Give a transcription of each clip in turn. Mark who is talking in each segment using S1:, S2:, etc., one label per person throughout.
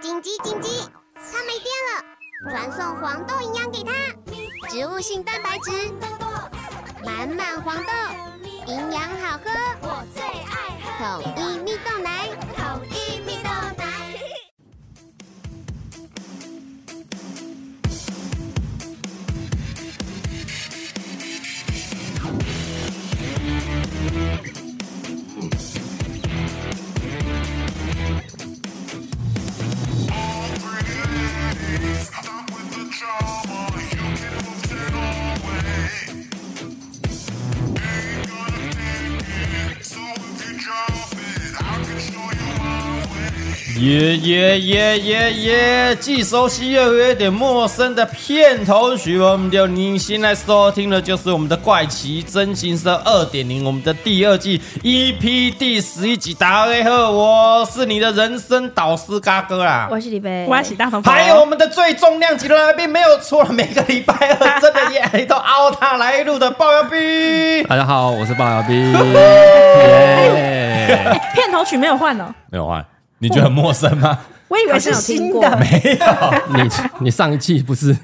S1: 紧急紧急！它没电了，传送黄豆营养给它，植物性蛋白质，满满黄豆，营养好喝，
S2: 我最爱
S1: 统一蜜豆奶。
S2: 喝统一蜜豆奶。
S3: 耶耶耶耶耶！既熟悉又有一点陌生的片头曲，我们就你现在收听的就是我们的《怪奇真行社》二点零，我们的第二季 EP 第十一集。大家好，我是你的人生导师嘎哥啦。
S4: 我是李贝，
S5: 我是大头佛，
S3: 还有我们的最重量级的来宾没有错，每个礼拜二真的夜里都凹他来录的龅牙逼。
S6: 大家好，我是龅牙兵。耶
S5: 片头曲没有换哦，
S3: 没有换，你觉得很陌生吗？
S5: 我以为是新的，
S3: 没有，
S6: 你你上一季不 是？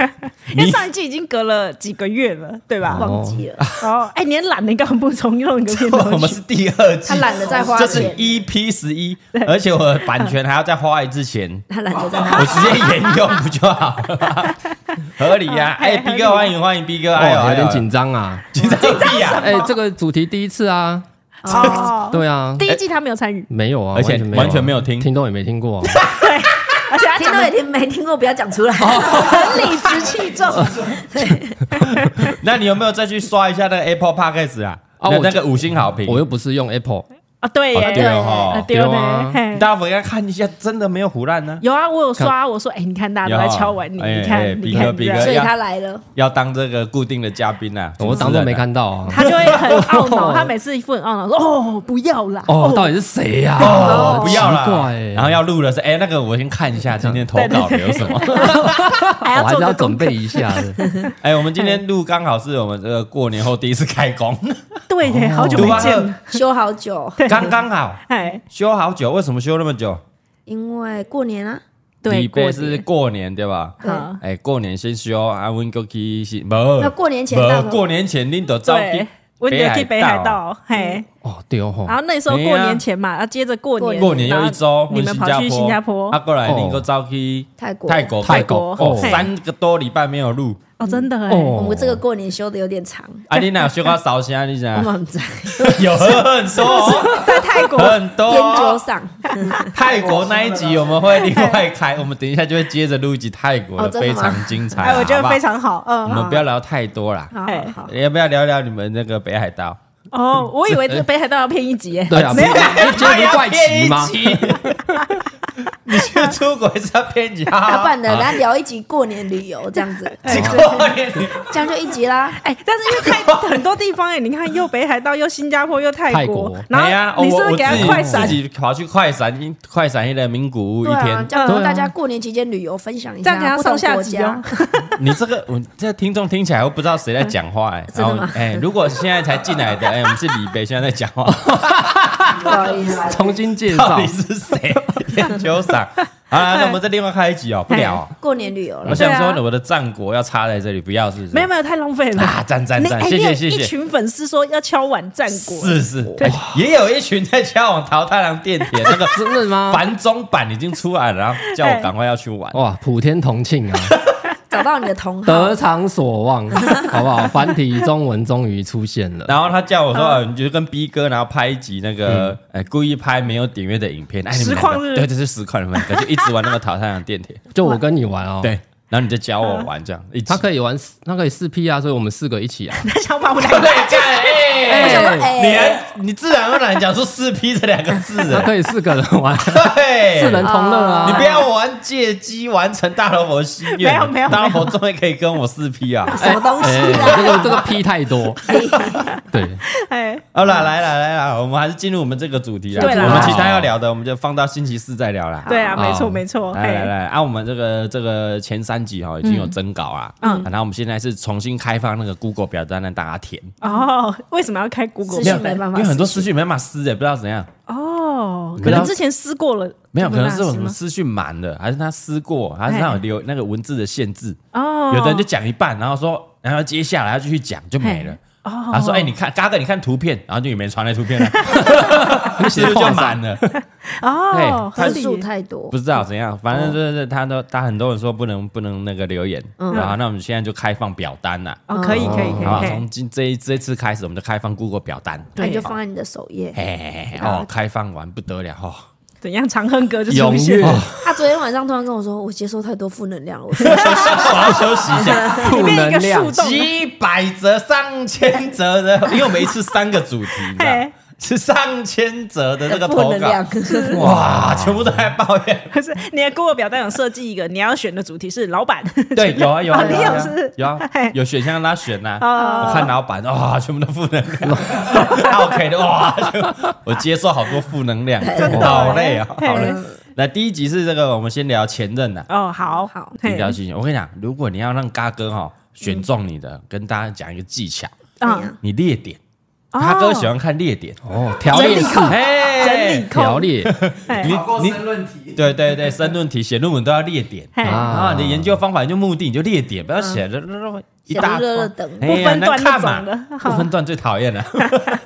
S5: 因为上一季已经隔了几个月了，对吧？
S4: 忘记了，
S5: 哦，哎，你很懒的，你干嘛不重用一个 片
S3: 我
S5: 头
S3: 们
S5: 曲？
S3: 是第二季
S4: 他。懒得再花
S3: 这是
S4: 钱，，
S3: EP 十一，而且我的版权还要再花一次钱
S4: 他懒得再 花。
S3: 我直接沿用不就好了 吗？合理
S4: 哦
S3: 呀、啊！哎、
S5: 合理
S3: b 哥欢迎欢迎，B 哥，哎呦，
S6: 哦，有点
S3: 紧
S6: 紧张啊。
S3: 紧张个屁呀！
S6: 哎，这个主题第一次啊，
S5: 哦，
S6: 对啊，
S5: 第一季他没有参与，
S6: 没有啊，
S3: 而且
S6: 完
S3: 完全没有听
S6: 听都也没听过。
S5: 而且他
S4: 听
S5: 讲
S4: 都也
S5: 的
S4: 听没听过，不要讲出来，很理直 气壮。
S3: 那你有没有再去刷一下那个 Apple Podcast 啊？
S6: 啊
S3: 那
S6: 我
S3: 那个五星好评，
S6: 我又不是用 Apple，
S5: 啊，对
S3: 啊对
S5: 耶，啊
S3: 哦，
S5: 对
S6: 对啊
S5: 呢，嘿
S3: 大家伙要看一下，真的没有胡乱
S6: 哎
S3: 呢、
S5: 有啊，我有刷，我说，哎，你看大家都在敲碗你，
S3: 有啊
S5: 你
S3: 哎哎
S5: 看，你
S3: 比哥
S5: 看，
S3: 比
S5: 这
S3: 哥
S5: 样
S4: 所以他来了，
S3: 要当这个固定的嘉宾啊！
S6: 我当
S3: 作
S6: 做没。看到啊。
S5: 他就会很懊恼，他每次一副很懊恼说，哦，不要啦，
S6: 哦，到底是谁呀？
S3: 哦，不要
S6: 奇
S3: 了
S6: 怪欸。
S3: 然后要录的是，哎，那个我先看一下今天投稿的有什么。
S5: 还
S6: 我
S5: 要
S6: 还
S5: 做
S6: 是要
S5: 个功
S6: 准备一下的。
S3: 哎，我们今天录刚好是我们这个过年后第一次开工，
S5: 对耶，好久
S3: 录
S5: 没
S3: 完
S5: 见了，
S3: 了
S4: 休好久，
S3: 刚刚好，
S5: 哎，
S3: 休好久，为什么休那么久？
S4: 因为过年啊，
S5: 对，
S3: 李
S5: 过
S3: 贝是
S5: 年
S3: 过年对吧？
S4: 对
S5: 啊
S3: 哎，过年先休，啊，温哥去是无，
S4: 那过年前到
S3: 无
S4: 了
S3: 过年前恁都走去
S5: 对，我得去北海，
S3: 嗯
S5: 道，嘿，
S6: 哦，对哦，
S5: 然后那时候过年前嘛，啊，接着过年，
S3: 过年又一周，
S5: 你们跑去新加坡
S3: 啊，过来恁个走去
S4: 泰国
S3: 泰，国，
S6: 泰
S5: 国
S3: 哦，
S5: 嘿
S3: 三个多礼拜没有录，
S5: 哦，真的哎，
S6: 哦
S4: 我们这个过年休的有点长，
S3: 啊，你哪休到烧香？你
S4: 我
S3: 想
S4: 们在
S3: 有很多
S5: 在泰欸国
S3: 很
S4: 烟酒
S3: 多，
S4: 上，
S3: 泰国那一集我们会另外开，我们等一下就会接着录一集泰国
S4: 哦
S3: 的，
S4: 真的
S3: 非
S4: 吗
S3: 常精彩，
S5: 哎，我觉
S3: 好不
S5: 得
S3: 好
S5: 非常好，
S3: 我
S5: 嗯，
S3: 们不要聊太多啦，
S4: 好
S5: 哎
S4: 好好，
S3: 要不要聊聊你们那个北海道？
S5: 哦，我以为这北海道要骗一集欸 耶，
S6: 对啊，不
S5: 没
S6: 是
S5: 有，
S6: 今天不是怪奇吗？
S3: 你去出国是要骗啊几
S4: 要 不
S3: 号？
S4: 然呢，来聊一集过年旅游这样子，
S3: 哎过年
S4: 这样就一集啦。
S5: 哎，但是因为泰很多地方哎，你看又北海道又新加坡又泰
S6: 泰
S5: 国
S6: 国，
S3: 哎
S5: 然
S3: 呀
S5: 后你是不是给他
S3: 我我
S5: 快
S3: 自
S5: 闪？
S3: 己自己跑去快闪，快闪一的名古屋一
S4: 对啊，
S3: 天。嗯
S4: 这样
S6: 对啊
S4: 大家过年期间旅游分享一
S5: 这
S4: 下，
S5: 样给他
S4: 不同
S5: 上下
S4: 国
S5: 集
S4: 家
S5: 哦，
S3: 你这个，我这听众听起来我不知道谁在讲话 哎。
S4: 真的吗
S3: 然后哎，如果现在才进来的哎，我们是李北，现在在讲话，
S4: 不好意思，
S6: 重新 介
S3: 到
S6: 绍
S3: 底，是 谁？研究赏。好啦，那我们再另外开一集哦，不聊哦。
S4: 过年旅游
S3: 我
S4: 了，
S3: 想
S5: 哎对
S3: 说
S5: 啊
S3: 我的战果要插在这里，不要是不是？
S5: 没有没有，太浪费了。
S3: 啊，赞赞
S5: 你
S3: 赞，
S5: 哎
S3: 谢
S5: 你有
S3: 谢谢
S5: 一
S3: 谢。
S5: 群粉丝说要敲碗战国，
S3: 是是，哎也有一群在前往淘太郎电 铁那个
S6: 真的吗？
S3: 繁中版已经出来了，然后叫我赶快要去 玩。
S5: 哦
S6: 哇，普天同庆啊，
S4: 找到你的同好
S6: 得，偿所望，好不好？繁体中文终于出现了。
S3: 然后他叫我说，
S5: 啊
S3: 呃你就跟 B 哥，然后拍一集那个，哎，故意拍没有点阅的影片，哎，你们两个
S5: 嗯实况日
S3: 对，这是实况，你们两 个就一直玩那个淘太阳电铁，
S6: 就我跟你玩哦，
S3: 对，，然后你就教我玩这样，一起
S6: 他可以玩四，他可以四 P 啊，所以我们四个一起啊。
S5: 他想把我 们
S3: 对
S5: 两个
S3: 干
S4: 我想说
S3: 哎，
S4: 哎
S3: 你还你自然而然讲出四 P 这两个字，欸
S6: 他 可以四个人玩，四
S3: 对，
S6: 人同乐啊。
S3: 你不要玩借机完成大老婆心愿，
S5: 没有没有
S3: 大老婆终于可以跟我四 P 啊！
S4: 什么东西
S6: 哎，
S4: 啦？
S6: 这个这个 P 太多， 对，
S5: 哎，
S3: 好啦，来来来来，我们还是进入我们这个主题啦。
S5: 对啦
S3: 我们其他要聊的，我们就放到星期四再聊啦。
S5: 对啊，没错
S6: 哦
S5: 没错，
S3: 来来
S5: 哎，
S3: 来，啊，我们这个这个前三集哈、已经有征稿啊，嗯，然后我们现在是重新开放那个 Google 表单让大家填，
S5: 哦，为什么要开 Google？
S4: 资讯没办
S3: 因
S4: 法
S3: 欸为很多私讯没办法撕也不知道怎样，
S5: 哦，哦，
S6: 不
S5: 可
S6: 知道
S5: 能之前撕过了，
S3: 没有，
S5: 就
S3: 可
S5: 没
S3: 能
S5: 办法
S3: 是我
S5: 撕
S3: 们
S5: 吗
S3: 私讯满了，还是他撕过，还是他有留那个文字的限制。
S5: 哦，
S3: 有的人就讲一半，然后说，然后接下来他继续讲就没了。
S5: 哦，
S3: 他说：“哎，你看，嘎哥，你看图片，然后就也没传来图片了，其实就满了。
S5: 哦，
S3: 对
S5: 合
S4: 字
S5: 理
S4: 数太多
S3: 不，知道怎样，反正就是他都他很多人说不能不能那个留言，然后那我们现在就开放表单啦，
S5: 哦，可
S4: 嗯
S5: 以可以可
S3: 好不好？
S5: 以可以，
S3: 从今这一这一次开始，我们就开放 Google 表单，
S4: 那
S5: 对
S4: 你就放在你的首页。
S3: 嘿嘿嘿嘿哦，开放完不得了哦，
S5: 怎样？长恨歌就出现
S3: 哦
S5: 了，
S4: 他昨天晚上突然跟我说，我接收太多负能量了，我需要
S3: 我要休息一下。
S6: 负
S5: 变一
S6: 能
S5: 个
S6: 量
S5: 树，洞
S3: 几百折、上千折的，因为我们一次三个主题，你知道
S5: 嘿
S3: 是上千折的那个
S4: 负
S3: 投
S4: 能量
S3: 稿，。哇，全部都在抱怨。
S5: 可是你的 Google 表单有设计一个你要选的主题是老板，
S3: 对，有啊有啊
S5: 哦你
S3: 有
S5: 有
S3: 啊
S5: 是不是
S3: 有啊
S5: 嘿
S3: 有选项让他选呐。
S5: 哦
S3: 我看老板哇，全部都负能量 ，OK 的哇，就我接受好多负能 量，好累啊，好 累。那第一集是这个，我们先聊前任啊呐，
S5: 哦，好
S4: 好
S5: 嘿
S3: 先聊新人。我跟你讲，如果你要让嘎哥哈选中你的，跟大家讲一个技巧，
S5: 嗯，
S3: 你列点。
S5: 哦
S3: 嘎哥喜欢看列点，
S6: 哦，条列式，
S5: 整理
S6: 条
S5: 控，
S6: 列
S5: 嘿
S3: 你你对对对，申论题、写论文都要列点
S5: 嘿
S3: 啊！
S6: 啊，
S3: 你的研究方法、研究目的你就列点，不要写的一大
S4: 想热热
S3: 堆。
S4: 等，
S3: 哎呀
S5: 不分段
S3: 那看
S5: 那种的
S3: 嘛 不分段最讨厌了。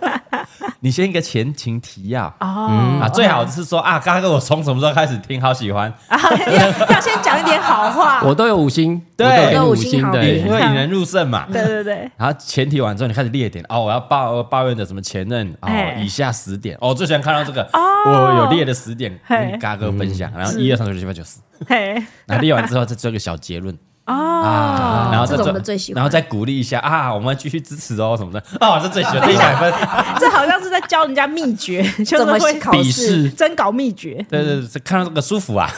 S3: 你先一个前情提要
S5: 哦
S3: 啊，最好是说啊，刚刚我从什么时候开始听，好喜欢，
S5: 啊，要要先讲一点好话，
S6: 我都有五星，
S3: 对
S6: 我都
S3: 都
S6: 有
S4: 有
S6: 五
S4: 五星
S6: 星
S4: 好
S3: 对，
S6: 对
S3: 因为引人入胜嘛。
S5: 对对对，
S3: 然后前提完之后，你开始列点哦，我要抱抱怨的什么前任哦
S5: 哎，
S3: 以下十点哦，最喜欢看到这个，
S5: 哦
S3: 我有列的十点
S5: 嘿嗯
S3: 跟嘎哥分享，然后一二三四五六七八九十，
S5: 嘿，
S3: 然后列完之后再做一个小结论，
S5: 哦，
S3: 啊，然后再
S4: 这种
S3: 做
S4: 我们最喜欢
S3: 然后再鼓励一下啊，我们继续支持哦什么的啊，这最喜 欢这一百分，
S5: 这好像是在教人家秘诀，就是
S4: 怎么
S5: 会
S4: 考
S3: 笔
S4: 试？
S3: 试，
S5: 真搞秘诀
S3: 对对对，看到这个舒 服啊，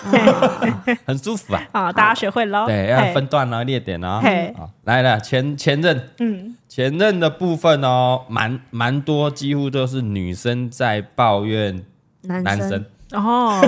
S3: 很舒服啊，
S5: 啊，大家学会喽，
S3: 对，要
S5: 嘿
S3: 分段啊，列点啊
S5: 嘿，
S3: 啊来了前前任，嗯，前任的部分哦，蛮蛮多，几乎都是女生在抱怨
S4: 男
S3: 男
S4: 生
S3: 生，
S5: 哦。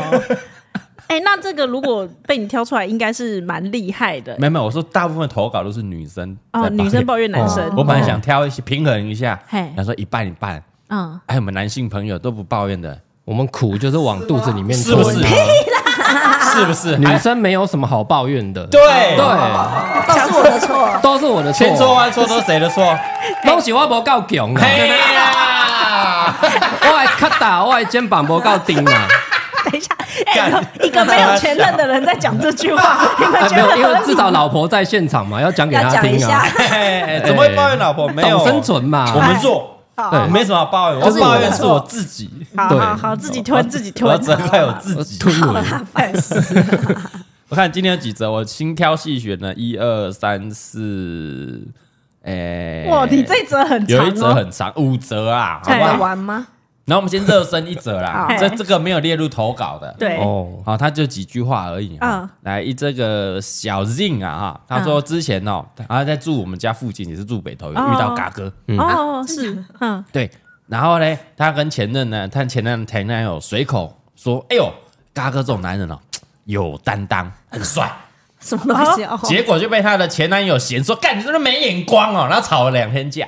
S5: 哎、那这个如果被你挑出来，应该是蛮厉害的
S3: 没有没有，我说大部分投稿都是女生在
S5: 哦。女生抱怨男生，
S3: 我本来想挑一些平衡一下，
S5: 嘿
S3: 然后说一半一半，
S5: 嗯，
S3: 哎，我们男性朋友都不抱怨的，
S6: 我们苦就是往肚子里面
S3: 是不
S6: 吞
S3: 是？
S6: 啊
S5: 啊
S3: 是不是？哎
S6: 女生没有什么好抱怨的，
S3: 对
S5: 哦
S6: 对，
S4: 都是我的错，
S6: 都是我的错，
S3: 千错万啊错都是谁的 错？
S6: 都是我不够强啊，
S3: 嘿呀！
S6: 我的脚打，我的肩膀不够顶啊，
S5: 等一下， 哎、
S3: 干
S5: 有一个没有前任的人在讲这句话， 你们
S3: 啊
S6: 哎
S5: 觉
S6: 没有，因
S5: 得
S6: 为至少老婆在现场嘛，要讲给
S4: 要
S6: 她
S4: 讲一
S6: 听
S4: 下
S6: 啊，，
S3: 嘿嘿怎么会抱怨老婆？没有
S6: 懂生存嘛，
S3: 我们弱，
S6: 对
S3: 没什么好抱怨，
S6: 就
S3: 我
S6: 是
S3: 抱
S6: 我
S3: 怨
S6: 的
S3: 啊是我自己，
S5: 好
S6: 对
S5: 好好，自己吞自己
S3: 哦我要
S5: 吞，
S3: 责怪我自己。
S6: 吞 了，
S3: 我看今天有几则，我精挑细选了一二三四，哎，
S5: 哇，你这则很长、哦、
S3: 有一则很长，五则啊，好
S5: 对
S3: 不
S4: 好
S3: 好？
S4: 玩吗？
S3: 然后我们先热身一则啦，
S5: 好
S3: 这这个没有列入投稿的，
S5: 对嗯
S6: 哦，
S3: 好，他就几句话而已啊。来，一这个小 Zin 啊哈，他说之前哦，他在住我们家附近，也是住北头，有
S5: 哦
S3: 遇到嘎哥，
S5: 哦，是嗯，
S3: 对。然后呢，他跟前任呢，他前任前男友随口说：“哎呦，嘎哥这种男人哦，有担当，很 帅。
S4: 什么东西哦”？
S3: 结果就被他的前男友嫌说：“干，你真的没眼光哦！”然后吵了两天架。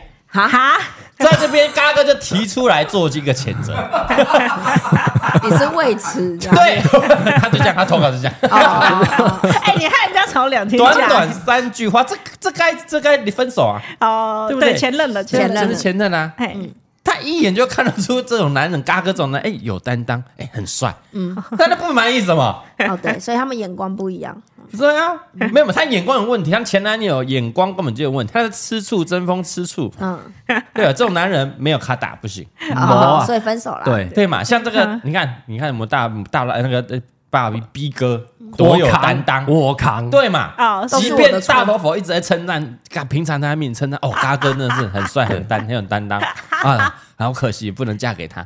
S5: 哈哈，
S3: 在这 边，嘎哥就提出来做这个谴责，
S4: 你是为此这样
S3: 对， 他就这样，他投稿就这样，
S5: 哎、你害人家吵两天
S3: 短
S5: 架，
S3: 短三句话，这这该这该你分手 啊，
S5: 哦，
S3: 对不对
S5: 前任了，
S4: 前任
S3: 这是前任啊，
S5: 哎、
S3: 他一眼就看得出这种男人，嘎哥这种人，哎、有担当，哎、很帅，嗯，但他不满意什么？
S4: 哦，对，所以他们眼光不一样，
S3: 对啊，没有，他眼光有问题，他前男友眼光根本就有问题，他是吃醋争风吃醋，
S4: 嗯，
S3: 对啊，这种男人没有卡打不行，
S4: 哦，所以分手了，，
S6: 对，
S3: 对嘛？像这个
S5: 嗯，
S3: 你看，你看我们大大那个呃爸比逼哥多有
S6: 我扛
S3: 担当，
S6: 我扛，
S3: 对嘛？
S5: 哦都
S3: 即
S4: 是我的
S3: 便
S4: 错
S3: 大头佛一直在称赞，嘎平常他在面称赞，哦，嘎哥真的是很帅、很担、很有担当啊，好可惜不能嫁给他。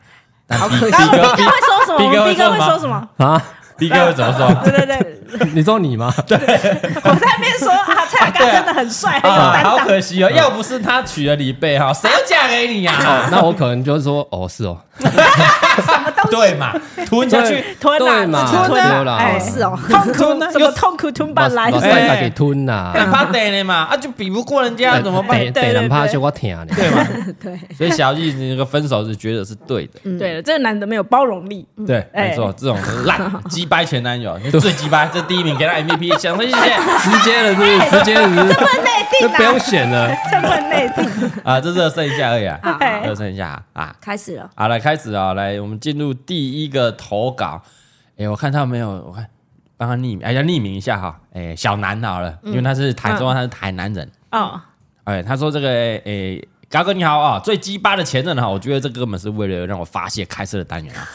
S3: 好可
S5: 然后 B 哥会说什么？我们 B 哥会说什么？
S6: 啊，
S3: 逼哥会怎么说？
S5: 对对对，
S6: 你说你吗？
S5: 我在那边说啊，蔡雅刚真的很帅，很有
S3: 啊，
S5: 担
S3: 好
S5: 当。
S3: 可惜哦，要不是他 娶了李贝哈，谁要嫁给你呀？啊
S6: 那我可能就是说，哦，是哦，
S5: 什么东
S3: 对嘛，吞下去。
S5: 吞
S6: 对
S5: 啊，
S6: 嘛
S5: 自己吞
S6: 对啦
S5: 啊，哎，
S4: 是 哦，
S5: 痛苦怎么
S3: 又
S5: 痛苦吞
S6: 把
S5: 半来？
S6: 把
S3: 哎
S6: 塞给吞啦，
S3: 很怕得呢嘛，啊就比不过人家怎么办？
S6: 得
S5: 对
S6: 得
S5: 对
S6: 人怕
S5: 对
S6: 就我疼呢。
S3: 对嘛，
S4: 对，
S3: 所以小易你那个分手是觉得是对的，
S5: 嗯对了，这个男的没有包容力，
S3: 对，没错，这种烂鸡掰前男友是最鸡掰，这第一名给他 MVP，想说谢谢
S6: 直接了，是不是？直接了，是不是？
S5: 内定
S6: 这不
S5: 啊
S6: 用，选了。
S5: 这份内定，
S3: 啊，这热身一下而已啊，
S5: 哎
S3: 热身一下啊，
S4: 开始了。
S3: 好，来开始啊，来，我们进入第一个投稿。哎、我看他没有，我看帮他匿名，哎，要匿名一下哈。哎、小南好了，因为他是台中，啊他是台南人。
S5: 哦，
S3: 哎、他说这个，哎、嘎哥你好啊，最鸡巴的前任哈，我觉得这根本是为了让我发泄开设的单元啊，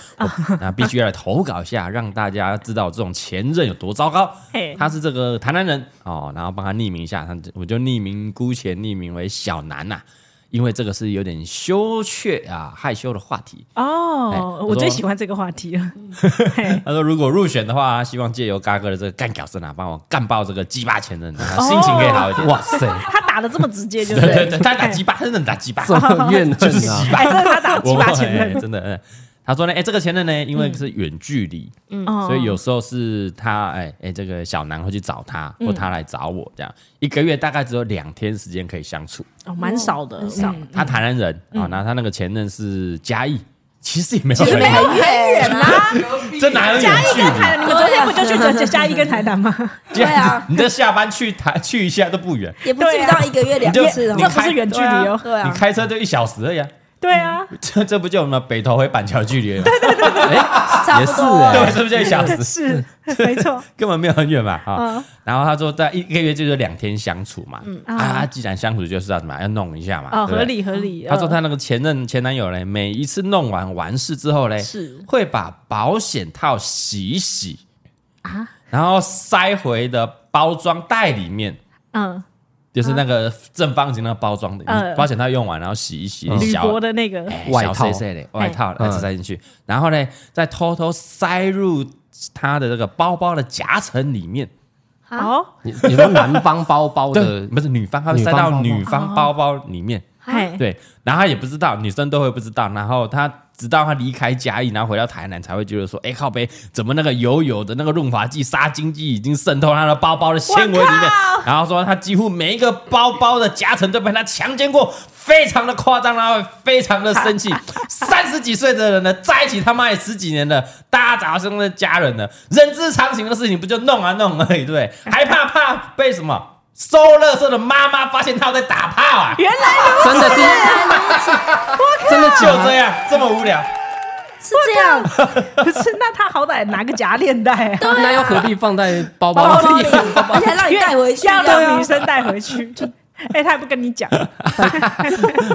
S3: 我那必须要来投稿一下，让大家知道这种前任有多糟糕。
S5: 嘿，
S3: 他是这个台南人哦，然后帮他匿名一下，他我就匿名姑且匿名为小南呐、因为这个是有点羞怯啊害羞的话题。哎我
S5: 哦，
S3: 说
S5: 我最喜欢这个话题了，嘿
S3: 他说如果入选的话，希望借由嘎哥的这个干屌声啊，帮我干爆这个鸡巴前任，让他心情可以好一点。
S6: 哇
S3: 哇，
S6: 塞，
S5: 他打的这么直接，就
S3: 对对
S5: 是
S3: 对，他打鸡巴，他真的打鸡 巴，
S6: 这么怨恨
S3: 就是
S6: 啊
S3: 鸡！
S5: 哎，
S3: 巴。
S5: 这是他打的鸡
S3: 我
S5: 巴前任
S3: 哎，真的。哎他说呢，哎，这个前任呢，因为是远距离，
S5: 哦
S3: 所以有时候是他，哎哎，这个小南会去找他，或他来找我，这样一个月大概只有两天时间可以相处。
S5: 哦，蛮少的，
S4: 很少
S5: 嗯
S3: 他台南人啊，那他那个前任是嘉义，其实也没有很
S4: 没
S3: 远，
S4: 很远啊啦，
S3: 这哪有远距离？
S5: 哎你们昨天不就去了嘉义跟台南吗？
S3: 这样
S4: 对啊
S3: 你这下班去台去一下都不远，
S4: 也不至于到一个月两
S3: 你就
S4: 次
S3: 你
S5: 这
S4: 哦。
S5: 不是远距离哦，
S4: 对
S3: 你
S4: 啊，
S3: 开车就一小时而已啊，
S5: 对啊，
S3: 这这不就我们北投回板桥距离而已吗？
S4: 差
S6: 也
S4: 不
S6: 是
S4: 多
S6: 哎
S4: 啊。
S3: 对，是欸不是就一小时？
S5: 是没错，
S3: 根本没有很远嘛，哈
S5: 嗯。
S3: 然后他说，在一个月就是两天相处嘛，啊，既然相处就是要怎么样要弄一下嘛，
S5: 哦，
S3: 对不对啊
S5: 合。理合理。
S3: 他说
S5: 呃
S3: 他那个前任前男友嘞，每一次弄完完事之后嘞，
S5: 是
S3: 会把保险套洗一洗啊，然后塞回的包装袋里面，
S5: 嗯，
S3: 就是那个正方形那个包装的、
S5: 呃
S3: 保险套用完，然后洗一洗，
S5: 铝
S3: 小
S5: 箔的那个，
S3: 哎
S6: 外
S3: 小
S6: 套
S3: C C 的外套
S6: 嗯
S3: 了，塞进去，然后呢，再偷偷塞入他的这个包包的夹层里面，
S5: 哦，
S6: 你你说南方包包
S3: 对，
S6: 的
S3: 不是女方，他会
S6: 女
S3: 塞
S6: 方
S3: 到
S6: 包包
S3: 女方包包里面，
S5: 嘿，
S3: 对，然后他也不知道，女生都会不知道，然后他直到他离开嘉义，然后回到台南，才会觉得说，哎、靠北，怎么那个油油的那个润滑剂、杀精剂已经渗透他的包包的纤维里面，然后说他几乎每一个包包的夹层都被他强奸过，非常的夸张，然后非常的生气。 三十几岁的人呢，在一起他妈也十几年了，大家早上的家人了，人之常情的事情不就弄啊弄而已，对不对？还怕怕被什么？收垃圾的妈妈发现他在打炮啊！
S5: 原来
S6: 真的是，真的
S3: 就
S6: 假
S3: 这
S6: 的？
S3: 样，这么无聊。
S4: 是这样，
S5: 不是，那他好歹拿个夹链带啊，
S6: 那又何必放在包包
S4: 包
S6: 里？
S4: 里，而且还哦让你带回去，
S5: 要
S4: 对啊
S5: 让女生带回去。哎，他也不跟你讲，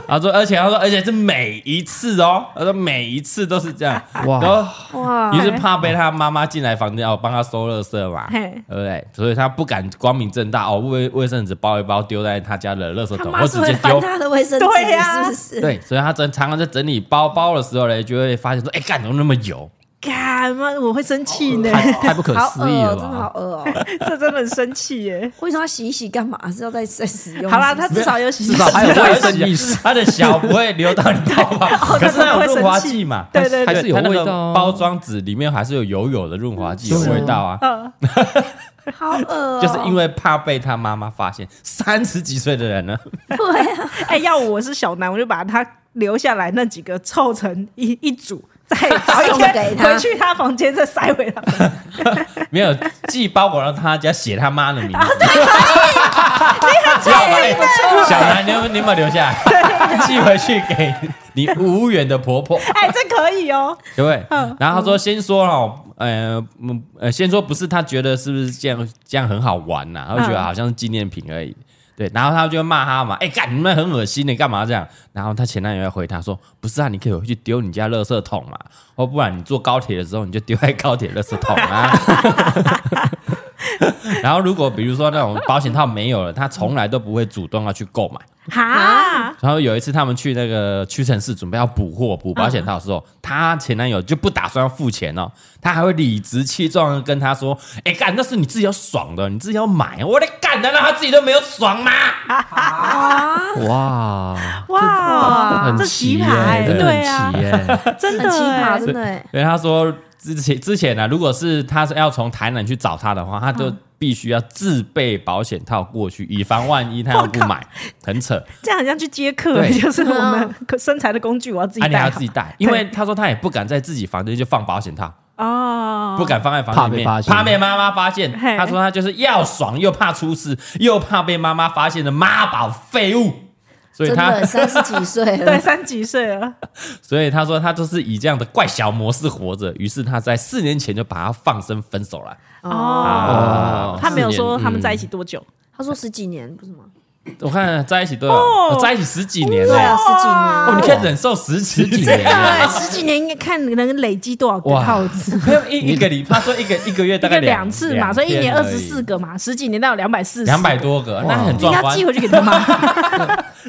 S3: 他说，而且他说，而且是每一次哦，他说每一次都是这样。
S6: 哇
S3: 然后
S4: 哇
S3: 于是怕被他妈妈进来房间，哦，帮他收垃圾嘛，
S5: 嘿
S3: 对不对？所以他不敢光明正大哦，卫卫生纸包一包丢在他家的垃圾
S4: 他
S3: 桶，
S4: 妈
S3: 我
S4: 是
S3: 直
S4: 会
S3: 接
S4: 翻
S3: 丢。
S4: 他的卫生纸，
S5: 对啊
S4: 是不是？
S3: 对，所以他整常常在整理包包的时候呢，就会发现说，哎，干怎么那么油？
S5: 干嘛我会生气呢？
S6: 太太不可
S4: 好恶
S6: 思议
S4: 哦，
S6: 了
S4: 真的好
S6: 吧？
S4: 恶哦！
S5: 这真的很生气耶！
S4: 为什么要洗一洗干嘛？是要再再使用？
S5: 好啦，
S4: 是不
S5: 他
S4: 是
S5: 至少有洗，
S6: 至少还有卫生意识，
S3: 他的小不会流到你包包，可是它有润滑剂嘛，
S5: 对对
S6: 还
S5: 对，
S6: 是有
S3: 它那
S6: 味
S3: 个
S6: 道啊
S3: 包装纸里面还是有油油的润滑剂有味道啊。
S5: 嗯，
S4: 好恶哦，
S3: 就是因为怕被他妈妈发现，三十几岁的人呢，
S4: 对啊，
S5: 哎，要我是小南，我就把他留下来那几个凑成一 一组，再找一
S4: 送给
S5: 天
S4: 他
S5: 回去他房间再塞回他。
S3: 没有寄包裹到他家，写他妈的名字。小南，你有你有没有留下来？寄回去给你无缘的婆婆，
S5: 哎，这可以哦，
S3: 对不对？然后他说，先说哦，呃，嗯呃，先说不是他觉得是不是这样这样很好玩呐、他会觉得
S5: 嗯
S3: 好像是纪念品而已。对，然后他就会骂他嘛，哎、干你们很恶心，你干嘛这样？然后他前男友要回他说，不是啊，你可以回去丢你家垃圾桶嘛，哦，不然你坐高铁的时候你就丢在高铁垃圾桶啊。然后如果比如说那种保险套没有了，他从来都不会主动要去购买。
S5: 哈，
S3: 然后有一次他们去那个屈臣氏准备要补货补保险套的时候，她前男友就不打算要付钱哦，他还会理直气壮的跟她说：“哎、干，那是你自己要爽的，你自己要买。”我的干，难道他自己都没有爽吗？
S4: 啊
S6: 哇，
S5: 哇
S6: 很，
S5: 这
S6: 奇
S5: 棋
S6: 耶、
S5: 牌，
S6: 真的
S5: 对啊
S6: 很奇，耶、
S5: 真
S4: 很
S5: 的
S4: 奇葩，
S5: 欸，
S4: 真的哎。
S3: 对，他说之前之前呢、啊，如果是他是要从台南去找他的话，他
S5: 嗯
S3: 就必须要自备保险套过去，以防万一他要不买，很扯。
S5: 这样很像去接客，
S6: 对
S5: 就是我们身材的工具，我要自己
S3: 啊，你还
S5: 带
S3: 要
S5: 好
S3: 自己带，因为他说他也不敢在自己房间就放保险套，
S5: 哦，
S3: 不敢放在房间里面，
S6: 怕被发现
S3: 怕被妈妈发现。
S5: 嘿
S3: 他说他就是要爽，又怕出事，又怕被妈妈发现的妈宝废物。所以
S4: 真
S3: 他
S4: 的，三十几岁
S5: 对，
S4: 了，
S5: 三十几岁了，
S3: 所以他说他就是以这样的怪小模式活着。于是他在四年前就把他放生分手了。啊，
S5: 哦，他没有
S3: 四年
S5: 说他们
S6: 嗯
S5: 在一起多久，
S4: 他说十几年不是吗？
S3: 我看在一起多久？
S5: 哦
S3: 在一起十几年
S4: 对啊，
S3: 了。
S4: 十几年
S3: 哦，你可以忍受十几年
S6: 哦
S3: 啊，
S5: 对，十几年应该看能累积多少个
S6: 哇
S5: 套子，
S3: 没有一一个礼拜，他说一个一个月大
S5: 一
S3: 概
S5: 个两次嘛，
S3: 两
S5: 所以一年
S3: 天
S5: 二
S3: 而已
S5: 十四个嘛，十几年到两百四十，
S3: 两百多个，那很
S5: 应
S3: 壮
S5: 该
S3: 观
S5: 寄。回去给 他妈。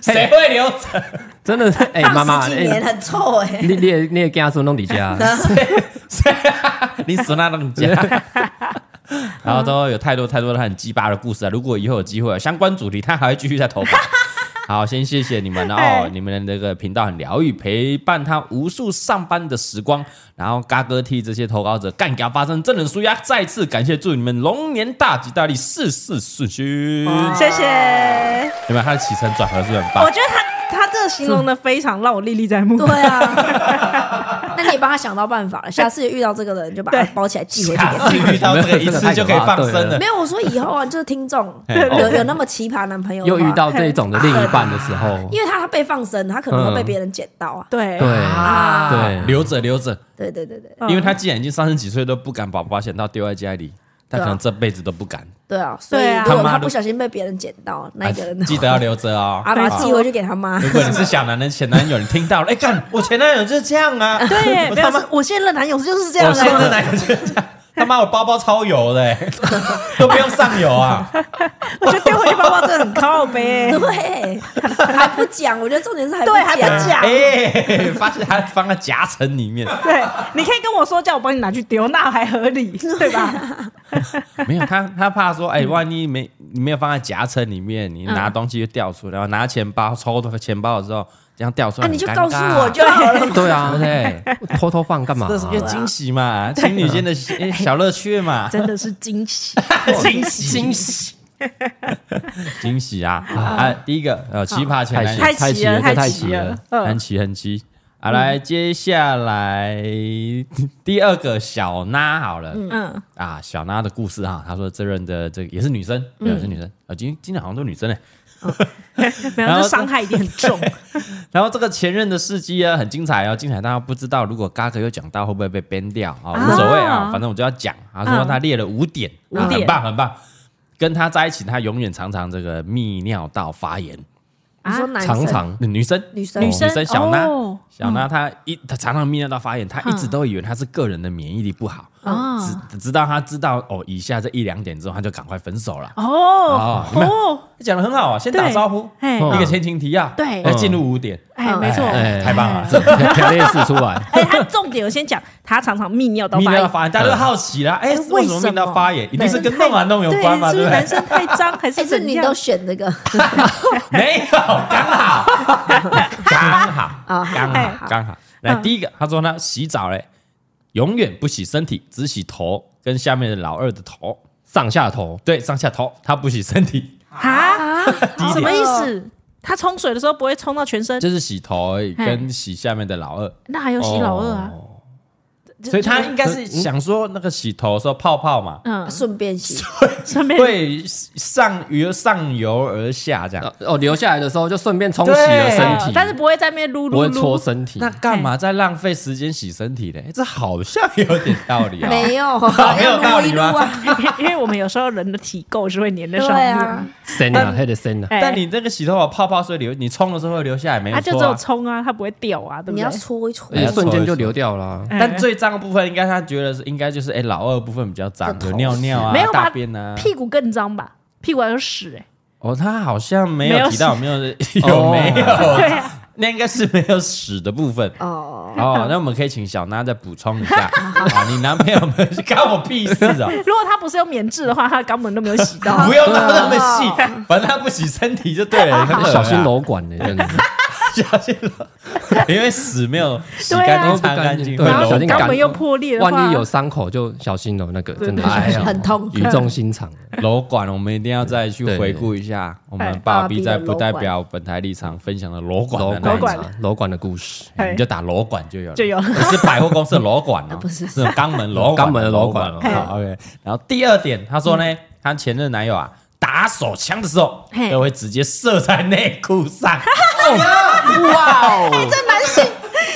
S3: 谁会留着？
S6: 真的是哎，妈妈、
S4: 十几年
S6: 哎
S4: 很臭哎，
S6: 你你也你也跟他说弄底下，
S3: 谁啊 你死那弄家。然后都有太多太多的很鸡巴的故事啊！如果以后有机会，相关主题他还会继续再 投稿。好，先谢谢你们哦
S5: 哎，
S3: 你们的这个频道很疗愈，陪伴他无数上班的时光。然后嘎哥替这些投稿者干掉发声，真人舒压，再次感谢，祝你们龙年大吉大利，事事顺 心。
S5: 谢谢。
S3: 你们他的起承转合是不是很棒
S5: 我。觉得他他这个形容的非常让我历历在目。
S4: 对啊。 那你也帮他想到办法了，下次遇到这个人就把他
S5: 对
S4: 包起来寄回去
S3: 下
S4: 给他
S3: 次。遇到这 个一次就可以放生 了
S4: 没。有，我说以后啊，就是听众
S3: 对
S4: 有有那么奇葩男朋友，
S6: 又遇，到这种的另一半的时候，
S4: 因为他被放生，他可能会被别人捡到啊。
S5: 对
S6: 对
S4: 啊，
S6: 对，
S3: 留着留着，
S4: 对对对对
S5: 嗯
S3: 因为他既然已经三十几岁都不敢把保险套丢在家里，他可能这辈子都不敢。
S4: 对啊！所以
S5: 对啊
S4: 如果
S3: 他妈
S4: 他
S3: 的
S4: 不小心被别人捡到，那一个人
S3: 啊记得要留着 哦。
S4: 啊，把他寄回去给他妈。
S3: 如果你是小男人前男友，你听到了，哎，干，我前男友就是这样 啊，
S5: 对 耶，
S3: 我
S5: 没有
S3: 他妈，，
S5: 我现任男友就是这样啊
S3: 我
S4: 啊
S3: 现
S5: 的，
S3: 任男友就是这样， 他妈我包包超油的， 哎都不用上油啊。
S5: 我觉得丢回去包包真的很靠 背。
S4: 对，还不讲，我觉得重点是还
S5: 对还不
S4: 讲。
S5: 讲
S3: 哎，发现他放在夹层里面，
S5: 对，你可以跟我说，叫我帮你拿去丢，那还合理，对 吧？
S3: 没有他，他怕说，哎，万一没你没有放在夹层里面，你
S4: 嗯
S3: 拿东西就掉出来，然后拿钱包抽钱包的时候，这样掉出来
S4: 啊，
S3: 很
S4: 你
S3: 尴
S4: 就
S3: 尬，
S4: 告诉我就好了。
S6: 对啊
S3: 对不，对？
S6: 偷偷放干嘛
S3: 这？是一个惊喜嘛，情侣间的小诶小乐趣 嘛，
S5: 真的是 惊喜，
S3: 惊喜惊喜 惊喜啊！啊，第一个呃，奇葩前男友
S5: 太
S6: 太
S5: 奇
S6: 奇
S5: 了，
S6: 了
S5: 太
S6: 太
S5: 奇
S6: 奇
S5: 了
S6: 了，
S3: 很
S5: 嗯，
S3: 奇很奇啊！来，接下来第二个小娜好了，
S5: 嗯
S3: 啊，小娜的故事哈，她说这任的这个也是女生，对也是女生啊，今天今天好像都是女生哎。
S5: 没
S3: 然
S5: 有，
S3: 后哦
S5: 这伤害一定很 重。
S3: 然后这个前任的事迹啊，很精彩哦，精彩大家不知道，如果嘎哥有讲到会不会被 ban 掉啊？
S5: 啊
S3: 无所谓啊，反正我就要讲。他说
S5: 嗯
S3: 他列了五点，啊
S5: 五点
S3: 很棒很棒。跟他在一起，他永远常常这个泌尿道发炎。
S4: 你说男生
S6: 常常
S3: 女生，
S4: 女
S3: 哦
S4: 生
S3: 女生小娜
S5: 哦，嗯
S3: 小娜她一她常常泌尿道发炎，她一直都以为她是个人的免疫力不好，
S5: 哦
S3: 直直到她知道哦，以下这一两点之后，她就赶快分手了。
S5: 哦
S3: 哦
S5: 哦，
S3: 讲的很好啊，先打
S5: 对
S3: 招呼，
S5: 嘿
S3: 一个前情提要，
S5: 对
S3: 要进入五点，
S5: 哎，没错，
S6: 哎
S3: 太棒了。
S6: 这 条列示出来，
S5: 哎，他重点我先讲，他常常泌尿道
S3: 泌
S5: 发
S3: 尿
S5: 炎
S3: 道，发炎，大家都好奇啦，哎，
S4: 哎
S3: 为什么
S4: 为
S3: 泌尿
S4: 什
S3: 道
S4: 么
S3: 发炎？一定是跟
S5: 男生太
S3: 弄啊弄有关嘛，
S5: 对
S3: 对
S5: 是
S3: 不
S5: 不是
S3: 对
S5: 男？生太脏还哎是
S4: 哎还是
S5: 怎
S4: 你
S5: 样
S4: 都？选这个
S3: 没有，刚好，刚好，
S4: 啊？
S3: 刚
S5: 哎
S3: 好，刚好。来，
S5: 嗯
S3: 第一个，他说呢，洗澡嘞，永远不洗身体，只洗头跟下面的老二的头，
S6: 上下头，
S3: 对，上下头，他不洗身 体，
S5: 啊？
S3: 点
S5: 什么意思？他冲水的时候不会冲到全身，
S3: 就是洗头而已
S5: 嘿
S3: 跟洗下面的老二，
S5: 那还有洗老二啊？
S3: 哦。所以他应该是想说，那个洗头的时候泡泡嘛，
S5: 嗯，
S4: 顺便洗，
S5: 顺便
S3: 会上由上游而下这样。
S6: 呃哦，留下来的时候就顺便冲洗了身体，
S5: 呃但是不会在那边撸
S6: 不
S5: 撸
S6: 会搓
S5: 撸。
S6: 身体。
S3: 那干嘛在浪费时间洗身体嘞？哎这好像有点道 理啊、
S4: 没有，
S3: 没有道理吗
S4: 要撸一撸啊？
S5: 因为我们有时候人的体垢是会粘在
S4: 对
S5: 上面，
S4: 啊，
S6: 身啊，还得身啊，
S5: 哎
S3: 但你这个洗头发泡泡是会流，你冲的时候会留下来，没
S5: 它
S3: 有
S5: 啊就只
S3: 错、
S5: 有
S3: 啊。
S5: 冲啊，它不会掉啊，对不
S4: 你
S5: 对
S4: 要？搓一搓
S3: 哎。
S6: 哎瞬间就流掉了啊。
S5: 哎
S3: 但最脏的部分，应该他觉得是应该就是哎、老二部分比较脏，有尿尿啊
S5: 没有，吧
S3: 大便
S6: 嗯
S3: 啊。
S5: 屁股更脏吧？屁股还有屎哎、
S3: 哦，他好像没
S5: 没
S3: 有
S5: 有
S3: 提到有没有有
S6: 哦
S3: 没
S5: 欸，
S3: 有，
S5: 对啊，嗯
S3: 那应该是没有屎的部分。
S4: 哦，
S3: 哦，那我们可以请小娜再补充一 下啊，你男朋友们 干我屁事啊！
S5: 如果他不是用棉质的话，他的肛门都没有洗到。
S3: 不要闹那么细，反正他不洗身体就对了，很恶啊
S6: 小心，楼管呢，真的
S3: 小心楼， 因为屎没有洗
S5: 对啊
S3: 干净、擦干净，
S6: 对
S3: 会
S5: 然后
S6: 小
S3: 楼
S6: 心
S5: 肛
S6: 感
S5: 门又破裂的话，
S6: 万一有伤口就小心哦，那个真的
S5: 对
S6: 是
S4: 很痛
S6: 语重心长。
S3: 楼管，我们一定要再去回顾一下我们爸比在不代表本台立场分享的楼管
S6: 楼
S3: 的那一
S6: 管
S3: 集
S5: 管
S6: 啊，楼管的故事，
S5: 哎
S3: 你就打楼管就有了，
S5: 就有了
S3: 不是百货公司的楼管 哦，
S4: 不是
S3: 是肛门楼管
S6: 肛门的楼管
S3: 哦
S6: 嘿
S3: 好，OK。然后第二点，他说呢，他前任男友啊，打手枪的时候
S5: 嘿
S3: 都会直接射在内裤 上，哦
S5: 这男性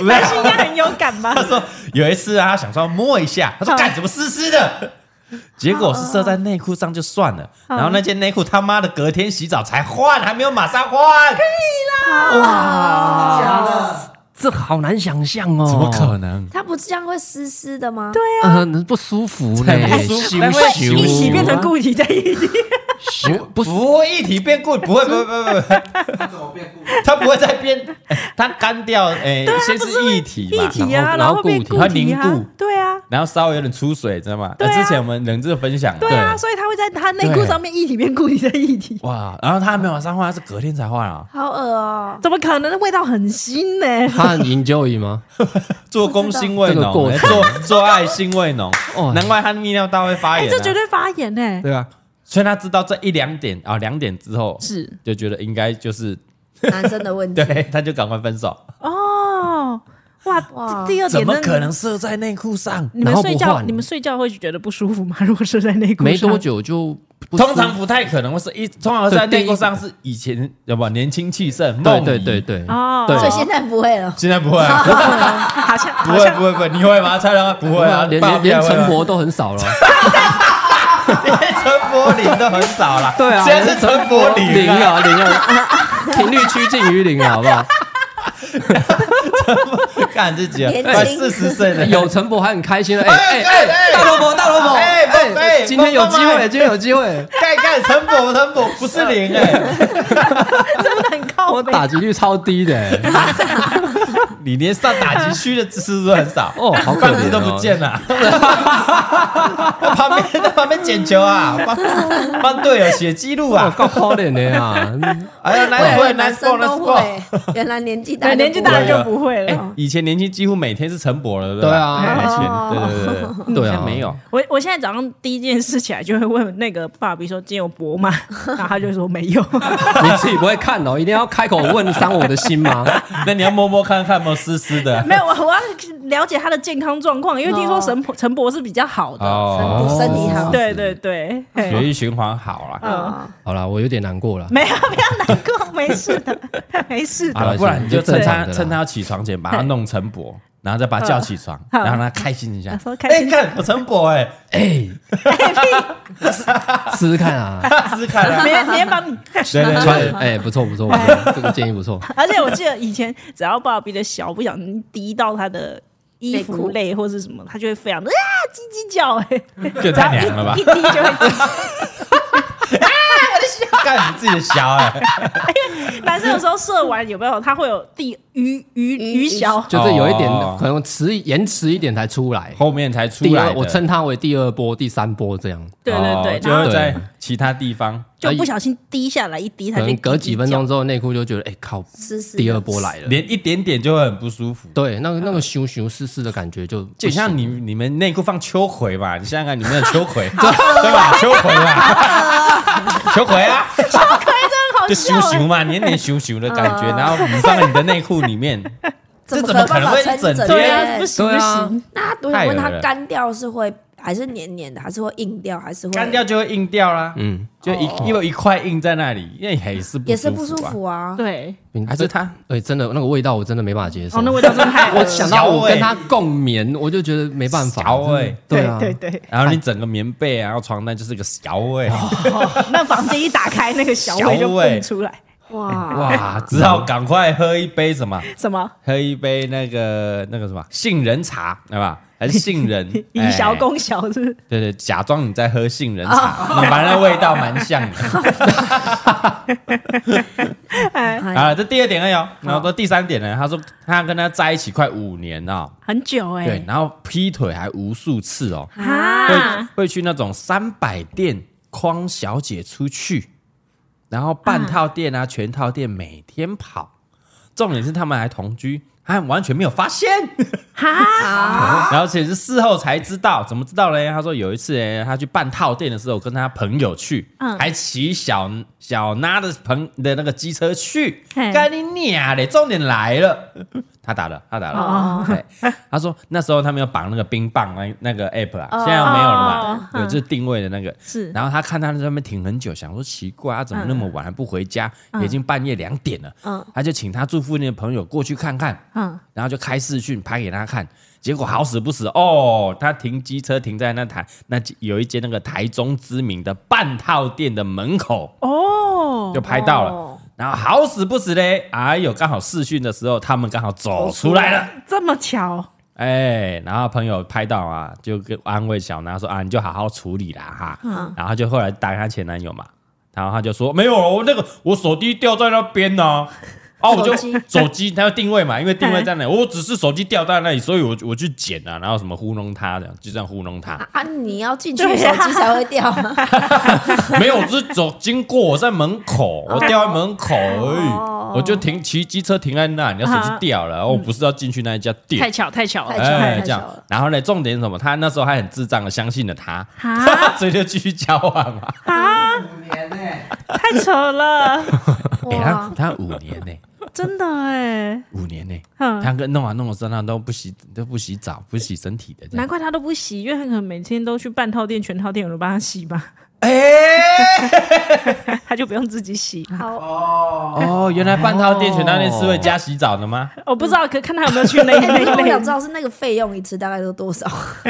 S3: 没有
S5: 男性应该很有感吧
S3: 他？说有一次啊，他想说摸一下，他说
S5: 嗯
S3: 干什么湿湿的，结果是射在内裤上就算了，然后那件内裤他妈的隔天洗澡才换，还没有马上换，可以啦，哇，
S6: 这好难想象哦，
S3: 怎么可能？
S4: 它不是这样会湿湿的吗？
S5: 对啊，
S6: 呃，不舒服呢
S3: 很不舒，服
S6: 羞羞
S5: 一起变成固体在一起，
S6: 羞不舒
S3: 不会一体变固，不 会，不会，不会，不会，它不会再变，哎它干掉，哎，先是液体嘛
S5: 一，体啊，
S6: 然
S5: 然
S6: 后
S5: 后会变
S6: 固体
S5: 固
S3: 它凝
S5: 体啊
S3: 固，
S5: 对啊，
S3: 然后稍微有点出水，知道吗？
S5: 对啊
S3: 呃之前我们冷知识分享，
S5: 对啊，所以他会在他内裤上面一体变固体在一体，
S3: 哇，然后他还没有马上换，他是隔天才换啊，
S4: 好 恶哦，
S5: 怎么可能？那味道很腥呢、
S6: 服，他很 enjoy 吗？
S3: 做工腥味
S6: 这个
S3: 浓，
S6: 过
S3: 哎
S6: 程
S3: 做做爱腥味浓
S6: 哦，
S3: 难怪他泌尿道会发
S5: 哎、
S3: 炎啊，
S5: 这绝对发炎呢、欸。
S3: 对啊。所以他知道这一两点啊，两点之后
S5: 是
S3: 就觉得应该就是
S4: 男生的问题。
S3: 对，他就赶快分手。
S5: 哦，哇，
S4: 哇
S5: 这第二
S3: 怎
S5: 点
S3: 么
S5: 真的
S3: 可能射在内裤上？
S5: 你们
S6: 然后
S5: 睡
S6: 不
S5: 觉，
S6: 换
S5: 你们睡觉会觉得不舒服吗？ 如果是在内裤上，
S6: 没多久就不舒
S3: 通常不太可能会是一，通常在
S6: 对
S3: 内
S6: 第一
S3: 裤上是以前要不年轻气盛，
S6: 对
S3: 梦
S6: 对
S3: 遗
S6: 对，对
S5: 哦
S6: 对
S4: 所以现在不会了，
S3: 现在不会啊，
S5: 好像
S3: 不
S5: 好
S3: 会
S5: 像
S3: 不会不会，你会吗？蔡老不会啊，
S6: 连
S3: 爸爸
S6: 连
S3: 不会
S6: 连
S3: 吗
S6: 陈伯都很少了，
S3: 连陈柏霖都很少啦，
S6: 对啊
S3: 现在是陈柏霖
S6: 零
S3: 啊，
S6: 啊零啊，频率趋近于零了，啊好不好？
S3: 看自己啊
S4: 年轻
S3: 快四十岁了，
S6: 有陈伯还很开心的，
S3: 哎哎
S6: 哎哎
S3: 哎
S6: 哎，大萝卜大萝卜，
S3: 哎哎哎
S6: 今天有机
S3: 帮帮忙
S6: 会，今天有机会，
S3: 盖盖陈柏陈柏不是零哎，
S5: 真的很靠
S6: 我
S5: 背。
S6: 打击率超低的，哎
S3: 你连上打击区的次数都很少
S6: 哦好可怜哦
S3: 棒子都不见了，旁边在旁边捡球啊，帮帮队友写记录
S6: 哇，
S3: 啊，
S6: 哦够可怜的啊！
S3: 哎呀，难怪难
S4: 男生
S3: 过难
S4: 都
S3: 过。
S4: 会。 原来年纪大
S5: 对，年
S4: 就不会，
S5: 纪大了
S3: 对啊
S5: 就不会
S3: 哎、
S5: 了。
S3: 以前年轻几乎每天是陈柏了，对吧？
S6: 对啊
S3: 哎以前对对对对
S6: 对啊
S3: 现在没有。
S5: 我我现在早上第一件事起来就会问那个爸比说今天有播 吗？然后他就说没有。
S6: 你自己不会看哦，一定要开口问伤我的心吗？
S3: 那你要摸摸看看有没有湿湿的。
S5: 没有，我我要了解他的健康状况，因为听说陈陈伯是比较好的。
S3: 哦，
S4: 身体好。
S5: 对对对，嘿
S3: 血液循环好了。
S4: 哦
S5: 嗯，
S6: 好啦，我有点难过了。
S5: 没有不要难过，没事的， 没事
S3: 好
S5: 的。
S3: 了，不然你就趁
S6: 正
S3: 他
S6: 常的啦
S3: 趁他要起床前把他弄陈柏，然后再把他叫起床，然
S5: 嗯
S3: 后让他开心一下
S5: 他说。开
S3: 哎，
S5: 心
S3: 看我陈柏哎，
S6: 哎，试试看啊！
S3: 试试 看啊。
S5: 别别帮你。
S3: 对对
S6: 穿
S3: 对，
S6: 哎，不错不错，不错这个建议不错。
S5: 而且我记得以前只要爸比的小不小心滴到他的衣
S4: 内
S5: 服
S4: 裤
S5: 类或是什么，他就会非常的啊叽叽叫哎、
S3: 这太娘了吧
S5: 一！滴就会叽。
S3: 干你自己的小哎，
S5: 男生有时候射完有没有，他会有第余余余小，
S6: 就是有一点
S3: 哦
S6: 可能迟延迟一点才哦出来。
S3: 后面才出
S6: 第
S3: 来
S6: 二，
S3: 的。
S6: 我称它为第二波、第三波这样，
S5: 对
S3: 哦
S5: 对对，
S3: 就呃
S5: 然
S3: 会
S5: 后
S6: 对
S3: 在其他地方。
S5: 就不小心滴下来一滴，
S6: 可
S5: 他就
S6: 能隔几分钟
S5: 叽叽
S6: 之后内裤就觉得，哎靠，
S4: 湿湿的
S6: 第二波来了。
S3: 连一点点就会很不舒服。
S6: 对，那个那个羞羞湿湿的感觉就
S3: 就
S6: 不行
S3: 像你你们内裤放秋葵嘛，你想想看，你们有秋葵 对吧？秋葵嘛，秋葵啊，
S5: 叫，
S3: 就
S5: 真
S3: 咻
S5: 的好笑、
S3: 咻
S5: 欸。
S3: 嘛，黏黏咻咻的感觉，然后你放在你的内裤里面，这怎
S4: 怎
S3: 么
S4: 么
S3: 可能会一整天
S5: 对啊，不
S4: 天？
S5: 行
S6: 对
S5: 不
S6: 啊
S5: 行，
S4: 那他我想问
S3: 太恶
S4: 他
S3: 了
S4: 干掉是会还是黏黏的，还是会硬掉，还是会
S3: 干掉？就会硬掉啦，
S6: 嗯，
S3: 就一因为一块硬在那里，因为也是
S4: 也是不舒
S3: 啊
S4: 服啊。
S5: 对，
S6: 嗯
S3: 还是他
S6: 对，真的那个味道我真的没办法接受
S5: 哦，。那味道真的太恶
S6: 我
S5: 了
S6: 想到我
S3: 小
S6: 跟
S3: 欸
S6: 他共眠，我就觉得没办法。
S3: 小欸
S6: 真的对啊，
S5: 对对对，
S3: 然后你整个棉被啊，然后床单就是个小味，
S5: 那房间一打开，那个小
S3: 小
S5: 味就
S3: 味
S5: 蹦出来，
S4: 哇，
S6: 哇，
S3: 只好赶快喝一杯什么，
S5: 什么？？
S3: 喝一杯那个那个什么杏仁茶，对吧？还是杏仁
S5: 以小
S3: 哎
S5: 攻小，是不是？
S3: 对对，假装你在喝杏仁
S5: 啊
S3: 茶，你把那味道蛮像 的。
S5: 哎，
S3: 啊，这第二点而已哦。然后到第三点呢，他说他跟他在一起快五年啊，
S5: 很久哎、
S3: 对，然后劈腿还无数次哦，
S5: 啊，
S3: 会会去那种三百店框小姐出去，然后半套店啊、全套店每天跑。重点是他们还同居，还完全没有发现。
S5: 哈，
S3: 然后且是事后才知道，怎么知道呢？他说有一次，哎，他去办套店的时候，跟他朋友去，
S5: 嗯
S3: 还骑小小拉的朋的那个机车去，
S5: 嘿
S3: 干你娘嘞！重点来了，他打了，他打了。
S5: 哦
S3: 对，他说那时候他们有绑那个冰棒那那个 app 啊，
S5: 哦
S3: 现在没有了嘛，有就是定位的那个。
S5: 是
S3: 然后他看他在那边停很久，想说奇怪，他怎么那么晚还不回家？
S5: 嗯
S3: 已经半夜两点了。他就请他住附近的朋友过去看看。
S5: 嗯，
S3: 然后就开视讯拍给他看，结果好死不死哦，他停机车停在那台那有一间那个台中知名的半套店的门口，
S5: 哦，
S3: 就拍到了。然后好死不死嘞，哎呦，刚好视讯的时候他们刚好走出来了。
S5: 这么巧，
S3: 哎，然后朋友拍到啊，就跟安慰小娜说啊，你就好好处理啦哈。然后就后来打给她前男友嘛，然后他就说没有，我那个我手机掉在那边呢、 啊。我就手机，他要定位嘛，因为定位在那里，我只是手机掉在那里，所以我我去捡啊，然后什么糊弄他的，就这样糊弄 他。
S4: 啊，你要进去手
S5: 对啊
S4: 机才会掉啊。
S3: 没有，我只是走经过，我在门口，我掉在门口而已，我就停骑机车停在那，你要手机掉了，然后我不是要进去那一家店，
S5: 太巧太巧
S4: 太
S5: 了，
S4: 巧了
S3: 哎，
S4: 太
S3: 这
S4: 巧
S3: 样
S4: 了。
S3: 然后呢，重点是什么？他那时候还很智障的相信了他，
S5: 哈
S3: 所以就继续交往嘛。
S5: 太扯了，
S3: 给
S5: 哦
S3: 他他五年呢，
S5: 真的哎、
S3: 五年呢，
S5: 嗯
S3: 他跟弄完弄完身上都不洗都不洗澡不洗身体的这
S5: 难
S3: 样。
S5: 怪他都不洗，因为他可能每天都去半套店、全套店，有人帮他洗吧，
S3: 哎，
S5: 他就不用自己洗。
S3: 哦，原来半套店全套店是会加洗澡的吗？
S5: 我不知道，可看他有没有去那 那
S4: 哎，那我
S5: 那
S4: 想知
S5: 类
S4: 道是那个费用一次大概都多 少？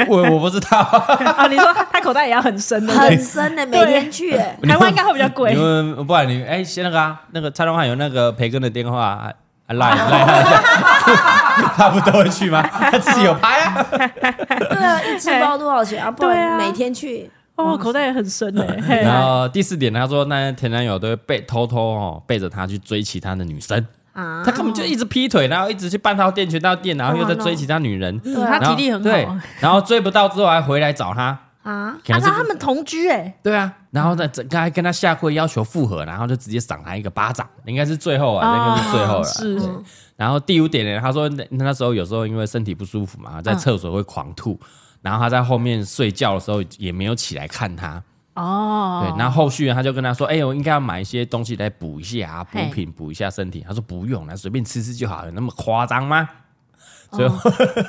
S3: 我我不知道，
S5: 啊？你说他口袋也要很深的，
S4: 很深呢，每天去哎。
S5: 台湾应该会比较贵
S3: 你。们不然你哎，先那个啊，那个蔡东汉有那个培根的电话啊啊赖赖 他一下，他不都会去吗？他自己有拍啊。
S4: 对啊，一次包多少钱啊？不
S5: 对啊
S4: 然每天去
S5: 哦，口袋也很深 哎、嘿
S3: 然 后第四点，他说那前男友都会背偷偷哦背着她去追其他的女生，
S4: 啊
S3: 他。根本就一直劈腿，然后一直去半套店、全套店，然后又在追其他女人。
S5: 嗯他
S3: 然后
S5: 体力很
S3: 对
S5: 好。，
S3: 然后追不到之后还回来找他。
S4: 啊，
S3: 可能是
S5: 那他们同居哎、
S3: 对啊，然后呢，整个还跟他下跪要求复合，然后就直接赏他一个巴掌，应该是最后啊，应该是最后了。
S5: 哦是
S3: 对然后第五点呢，他说那那时候有时候因为身体不舒服嘛，在
S5: 嗯
S3: 厕所会狂吐，然后他在后面睡觉的时候也没有起来看他，
S5: 哦，
S3: 对，然后后续他就跟他说：“哎、我应该要买一些东西来补一下啊，补
S5: 嘿
S3: 品补一下身体。”他说：“不用了，随便吃吃就好了，有那么夸张吗？”
S5: 哦
S3: 所以，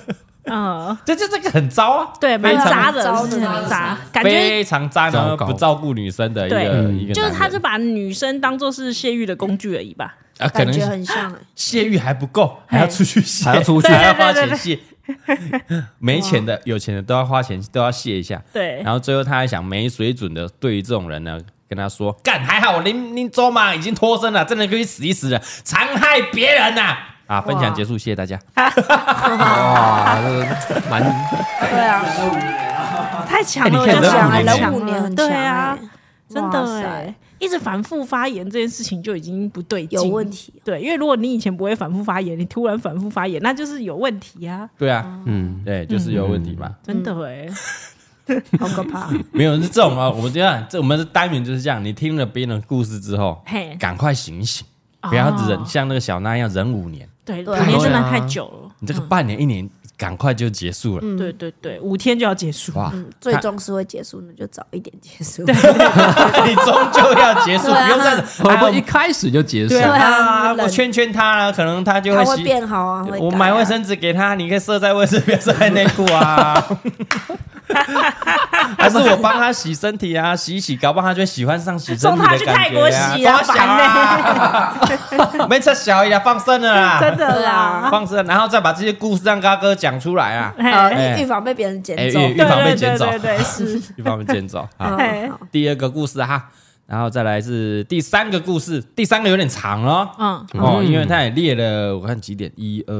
S5: 嗯，
S3: 这就这个很糟啊，
S5: 对，蛮
S3: 非常
S5: 渣的，
S4: 糟的
S5: 是很渣，感觉
S3: 非常渣
S6: 糟
S3: 男，
S6: 糕
S3: 不照顾女生的一个
S5: 对
S3: 一个男人，
S5: 就是他就把女生当做是泄欲的工具而已吧。
S3: 啊，可
S4: 感
S3: 能
S4: 觉很像哎。
S3: 泄欲还不够，还要出去泄，
S6: 还要出去
S3: 还要花钱泄。 没钱的、有钱的都要花钱，都要泄一下。
S5: 对
S3: 然后最后他还想没水准的，对于这种人呢，跟他说：“干还好，林林周嘛已经脱身了，真的可以死一死了，残害别人呐、啊！”分享结束，谢谢大家。
S6: 哇，这个蛮
S4: 对啊，
S5: 太强
S3: 哎
S5: 了，
S3: 你看
S5: 我就
S3: 人
S5: 想
S3: 五年
S5: 了
S3: 强
S4: 人五年很
S5: 对
S4: 强
S5: 啊
S4: 哎，
S5: 真
S4: 哇
S5: 的
S4: 塞
S5: 哎，一直反复发言这件事情就已经不对劲，
S4: 有问。题。
S5: 对，因为如果你以前不会反复发言，你突然反复发言，那就是有问题啊，
S3: 对啊，
S6: 嗯，
S3: 对，就是有问题嘛。
S5: 真的哎，好可 怕。
S4: 嗯
S3: 没有是这种啊，我们这样，这我们的单元就是这样。你听了别人的故事之后
S5: 嘿，
S3: 赶快醒醒，不要
S5: 哦
S3: 忍像那个小娜一样忍五年，
S5: 对，五
S4: 对
S5: 年真的
S6: 对啊
S5: 太久了，
S3: 你这个半年一年，赶快就结束了。
S5: 对对对，五天就要结束。
S3: 哇，
S4: 最终是会结束，那就早一点结束。
S5: 啊
S3: 你终究要结束，不用再忍。
S6: 会不
S3: 还有
S6: 会一开始就结束
S3: 对？啊，
S4: 啊
S3: 我劝劝他啦，可能他就
S4: 它
S3: 会
S4: 会
S3: 习
S4: 变好啊，会
S3: 我
S4: 改
S3: 买
S4: 啊
S3: 卫生纸给他，你可以射在卫生 棉、射在内裤 啊，还是我帮他洗身体啊，洗一洗，搞不好他就喜欢上洗身体的感觉、啊。
S5: 送他去泰国洗啊
S3: 多小欸啊，没吃小呀，放生了啦，
S5: 真
S4: 啊
S5: 的啦，
S3: 放生，然后再把这些故事让嘎哥讲出来啊，
S5: 嘿
S4: 呃
S3: 哎
S4: 预防被别人捡
S3: 哎，
S4: 走。
S3: 预预啊
S5: 对
S3: 防被
S5: 对
S3: 捡
S5: 对
S3: 走，
S5: 对对，是，
S3: 预防被捡走。好，
S4: 嗯
S5: 哎
S4: 好
S3: 第二个故事哈，然后再来是第三个故事，第三个有点长哦，
S5: 嗯，
S3: 哦，
S6: 嗯
S3: 因为它也列了，我看几点，一二，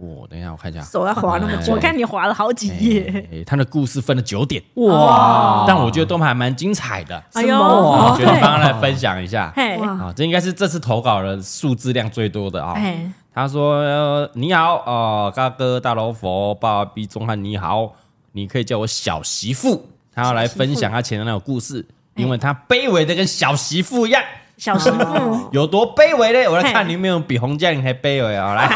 S3: 我等一下我看一下，
S4: 手要滑那么久
S5: 我，看你划了好几页，
S3: 哎它的故事分了九点，
S5: 哇，
S3: 但我觉得都还蛮精彩的，
S5: 哎呦哎
S4: 什么
S3: 我觉得帮
S5: 对
S3: 他来分享一下。
S5: 嘿，
S4: 哇，
S3: 啊，这应该是这次投稿的数字量最多的啊、
S5: 哎，
S3: 他说：“呃你好，哦，大哥，大老佛，爸爸 B 钟汉，你好，你可以叫我小媳妇。”他要来分享他前男友故事，
S5: 哎
S3: 因为他卑微的跟小媳妇一样，
S5: 小媳 妇，
S3: 有多卑微呢？我来看
S5: 嘿
S3: 你有没有比洪嘉玲还卑微啊！来，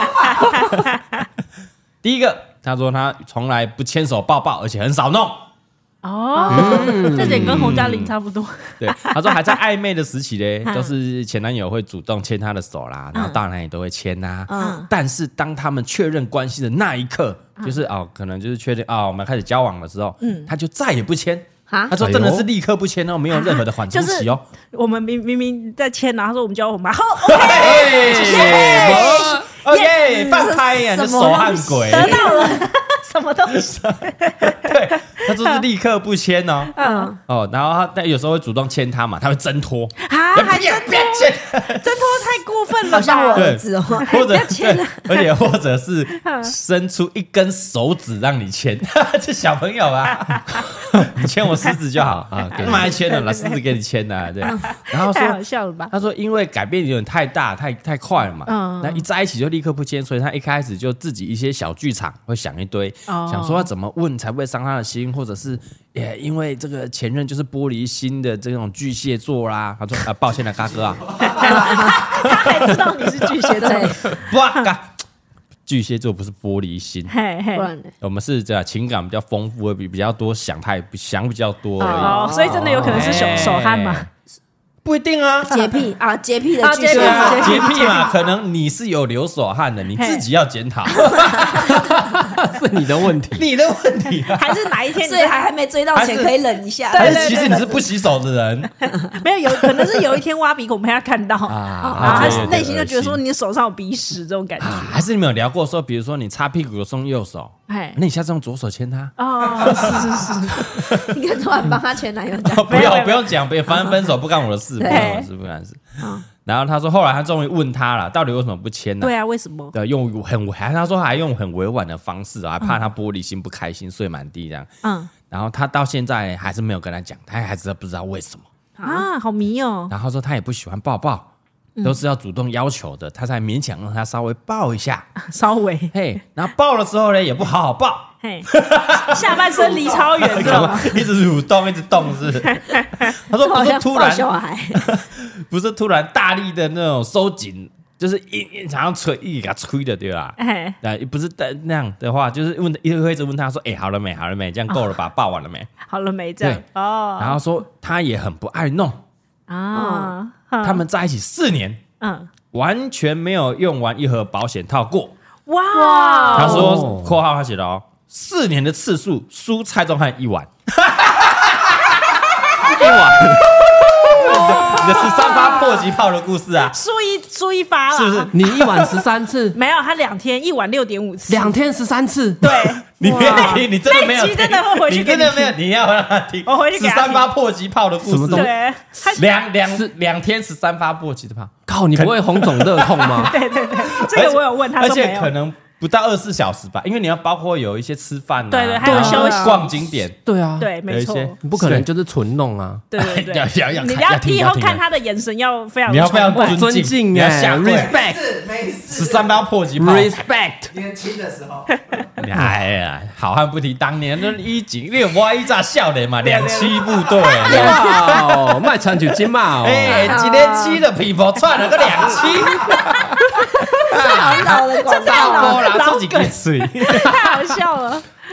S3: 第一个，他说他从来不牵手抱抱，而且很少弄。
S5: 哦，这点跟洪嘉玲差不多，
S3: 对，他说还在暧昧的时期嘞，都是前男友会主动牵她的手啦，然后大男也都会牵呐、
S5: 嗯
S3: 但是当他们确认关系的那一刻，就是哦，可能就是确定哦，我们开始交往的时候，他就再也不牵。
S4: 啊
S3: 他说真的是立刻不牵哦，没有任何的缓冲期哦。
S5: 我们明明明在签，啊然后他说我们交往啊吧，好，
S3: 哎不啊 OK，放开呀，
S4: 什
S3: 这
S4: 么
S3: 手汗鬼。
S5: 得到了 什么东西？
S3: 对，他就是立刻不牵哦。
S4: 嗯，
S3: 哦，然后他但有时候会主动牵他嘛，他会挣脱，哎
S5: 啊，还
S3: 别
S5: 挣
S3: 别 牵。
S5: 挣脱太过分
S4: 好
S5: 了
S4: 像我
S5: 吧？
S4: 儿子哦，
S3: 或者
S4: 要牵了，
S3: 对而且或者 是
S5: 嗯
S3: 伸出一根手指让你牵， 这小朋友啊， 你牵我食指就好啊，干嘛还牵呢？拿食指给你牵呐，对。然后
S5: 嗯太好
S3: 说，
S5: 笑了吧？
S3: 他说因为改变有点太大，太太快了嘛，
S5: 嗯
S3: 那一在一起就立刻不牵，所以他一开始就自己一些小剧场会想一堆，
S5: 哦
S3: 想说要怎么问才不会伤他的心，或者是 也因为这个前任就是玻璃心的这种巨蟹座啦。他说 啊，抱歉了，嘎哥啊，
S5: 他还知道你是巨蟹座，
S4: 对，
S3: 哇嘎。巨蟹座不是玻璃 心，
S5: 嘿嘿
S4: 不，然呢
S3: 我们是这样情感比较丰富，会比比较多想太想比较多而
S5: 哦，所以真的有可能是手
S3: 哎
S5: 手汗嘛？
S3: 已，不一定 啊。
S4: 洁癖啊，洁癖的
S5: 啊
S4: 巨
S5: 洁
S4: 蟹
S5: 癖
S3: 对啊，
S4: 座，
S3: 洁癖嘛，可能你是有流手汗的，你自己要检 讨 哎
S6: 是你的问题。
S3: 你的问题啊。
S5: 还是哪一天你
S4: 所以
S5: 在
S4: 还还没追到
S3: 还
S4: 前
S3: 是
S4: 可以忍一下，
S3: 但
S5: 对
S3: 是其实你是不洗手的人
S5: 没有，有可能是有一天挖鼻孔被他看到，啊，
S3: 啊
S5: 他
S3: 这有点
S5: 内心就觉得
S3: 恶
S5: 说
S3: 心
S5: 你手上有鼻屎这种感觉，
S3: 啊还是你们有聊过说，比如说你擦屁股的时候用右手，
S5: 哎，
S3: 那你下次用左手牵 他。
S5: 哦，是是是，
S4: 你看突然帮他前男友讲，
S3: 不
S5: 哎没有
S3: 用不用讲，别反正分手不干我的 事，不干我的事，不干我的事。然后他说，后来他终于问他了，到底为什么不签呢？
S5: 嗯对啊，为什么？
S3: 对，用很还他说还用很委婉的方式啊，还怕他玻璃心不开心，睡满地这样。
S5: 嗯
S3: 然后他到现在还是没有跟他讲，他还是不知道为什么。
S5: 啊，好迷哦，
S3: 然后说他也不喜欢抱抱，
S5: 嗯
S3: 都是要主动要求的，他才勉强让他稍微抱一下。
S5: 稍微
S3: 嘿，然后抱的时候呢，也不好好抱，
S5: 嘿，下半身离超远，知
S3: 干
S5: 道
S3: 嘛
S5: 吗？
S3: 一直蠕动，一直动 是不是？他说
S4: 好
S3: 不是
S4: 像
S3: 突
S4: 抱
S3: 然
S4: 小孩，
S3: 不是突然大力的那种收紧，就是一一常常吹，一直给他吹的，对吧？
S5: 哎，
S3: 啊，不是但那样的话，就是问一直会一直问他说：“哎、好了没？好了没？这样够了吧？抱完了没
S5: 好了没这样
S3: 对
S5: 哦？”
S3: 然后说他也很不爱弄，
S5: 啊，
S3: 他们在一起四年，
S5: 嗯，
S3: 完全没有用完一盒保险套过。
S5: 哇，哦
S3: 他说
S6: 哦
S3: （括号他写的哦），四年的次数输蔡宗翰一 碗，一碗。你的十三发破击炮的故事啊，
S5: 输一输一发了，
S3: 是不是？？
S6: 你一晚十三次，
S5: 没有，他两天一晚六点五次，
S6: 两天十三次，
S5: 对，
S3: 你别听，你真的没有
S5: 那
S3: 听，
S5: 一集真的会回去
S3: 你
S5: 给
S3: 真
S5: 你
S3: 的没有，你要让他听。
S5: 我回去
S3: 十
S5: 给他听
S3: 三发破击炮的
S6: 什
S3: 故
S6: 么
S3: 事
S6: 东，
S5: 对，他
S3: 两两两天十三发破击炮，
S6: 靠，你不会红肿热 痛吗？
S5: 对对对，这个我有问，他
S3: 而
S5: 说没
S3: 且可
S5: 有。
S3: 能不到二十四小时吧，因为你要包括有一些吃饭啊，
S5: 对对还有
S3: 然后
S5: 休息
S3: 逛景点，
S6: 对啊，
S5: 对，
S3: 有
S5: 没
S3: 一
S5: 错，
S3: 些
S6: 你不可能就是纯弄啊。
S5: 对对对，
S3: 要要要
S5: 你
S3: 看要听
S5: 以后
S3: 要听
S5: 看他的眼神要非常
S3: 你要非常
S5: 崇拜
S3: 尊
S6: 尊
S3: 敬
S6: 敬
S3: 你要
S6: 哎
S3: 下跪
S6: ，respect
S3: 十三发破击炮。
S6: respect，
S7: 年轻的时候，
S3: 哎呀，好汉不提当年那一警六歪一炸笑脸嘛，两栖部队。啊
S6: 哇，卖惨就金嘛哦，
S3: 哎，今天七的皮包串了个两栖，
S4: 好老 的广告，啊
S3: 老啦，这几个水。
S5: 太好笑啊了，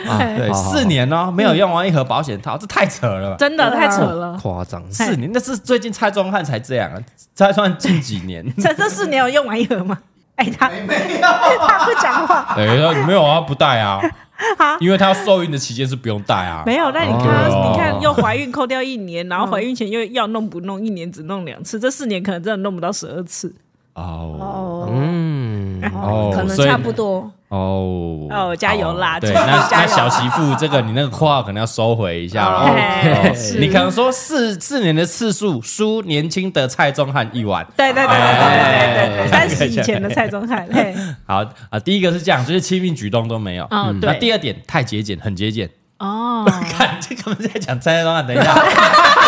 S6: 啊
S5: 哎
S3: 对，四年哦，没有用完一盒保险套，这太扯了
S4: 嗯
S3: 吧？
S5: 真的太扯了。
S6: 夸张，
S5: 哎
S3: 四年，那是最近蔡宗翰才这样啊，蔡宗翰近几年。
S5: 这这四年有用完一盒吗？哎，他
S7: 没有，
S5: 他不讲话，
S3: 哎，没有啊，不带啊， 因为他要受孕的期间是不用带啊
S5: 没有。那你看
S6: 哦
S5: 他，你看又怀孕扣掉一年，然后怀孕前又要弄不弄，一年只弄两次，这四年可能真的弄不到十二次。
S3: 哦，
S4: 哦，
S6: 嗯，
S3: 哦
S5: 哎
S4: 可能
S3: 所以
S4: 差不多，
S6: 哦
S5: 哦，加油啦！
S3: 对，
S5: 继续
S3: 那
S5: 加
S3: 那
S5: 油
S3: 小媳妇这个你那个话可能要收回一下
S4: 哦
S3: 哦。
S5: 嘿
S3: 哦
S6: 是
S3: 你可能说四四年的次数输年轻的蔡宗翰一碗。
S5: 对对对对对对
S3: 哎
S5: 对，三十以前的蔡宗翰，嘿，
S3: 好啊、第一个是这样，就是亲密举动都没有。嗯
S5: 哦
S3: 那
S5: 对，
S3: 第二点太节俭，很节俭。
S5: 哦，
S3: 看 这个我们在讲蔡宗翰，等一 下，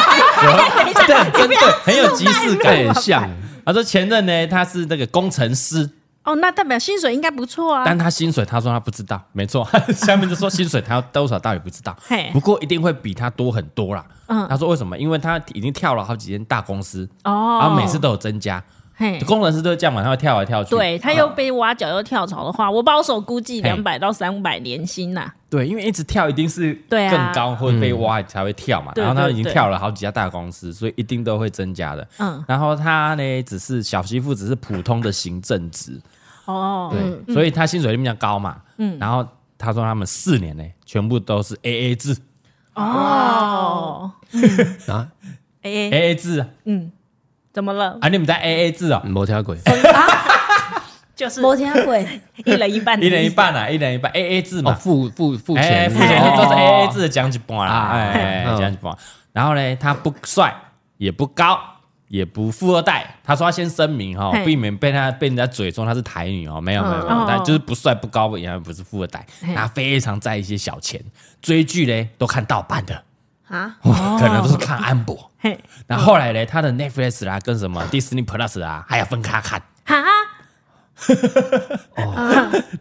S3: 有对，真的很有即视感。
S5: 啊
S6: 更哎像
S3: 他说前任呢，他是那个工程师，
S5: 哦，那代表薪水应该不错啊，
S3: 但他薪水他说他不知道， 没错，下面就说薪水他要多少到底不知道
S5: 嘿，
S3: 不过一定会比他多很多啦。
S5: 嗯
S3: 他说为什么？因为他已经跳了好几间大公司，
S5: 哦，
S3: 然后每次都有增加，
S5: 嘿，
S3: 工程师都是这样嘛，他会跳来跳去。啊
S5: 对他又被挖角又跳槽的话，我保守估计
S3: 嘿
S5: 两百到三百年薪呐，
S3: 对，因为一直跳一定是
S5: 对啊嗯
S3: 更高或者被挖才会跳嘛，
S5: 对
S3: 然后他已经
S5: 对对
S3: 跳了好几家大公司，所以一定都会增加的。
S5: 嗯，
S3: 然后他呢，只是小媳妇，只是普通的行政职，
S5: 哦，
S3: 对，所以他薪水比较高嘛。嗯，然后他说他们四年呢，全部都是 A A 制
S5: 哦，
S6: 啊，
S5: 哎，哎
S3: ，A A 制啊，
S5: 怎么了？
S3: 啊你们在 A A 制哦，
S6: 摩天鬼，
S5: 就是
S4: 摩天
S3: 嗯
S4: 鬼，
S5: 一人一半，
S3: 一人一，半啊，一人一半 A A 制
S6: 嗯哦，
S3: 嘛，
S6: 付付付
S3: 哎，
S6: 钱，
S3: 付钱哎
S6: 哦
S3: 都是 A A 制，讲一半啦，
S6: 啊
S3: 哎，
S6: 嗯
S3: 讲一半。然后呢，他不帅，也不高，也不富二代。他说他先声明哈，
S5: 嘿
S3: 避免被他被人家嘴中他是台女哦，没有没
S6: 嗯
S3: 有，没有
S5: 哦
S3: 但就是不帅不高，也不是富二代。他非常在意一些小钱，追剧呢都看盗版的
S4: 啊，
S6: 哦
S3: 哇 可能都是看安博。
S5: 嘿，
S3: 那后来呢，他的 Netflix 啦、跟什么 Disney Plus 啊，还要分开看，
S5: 哈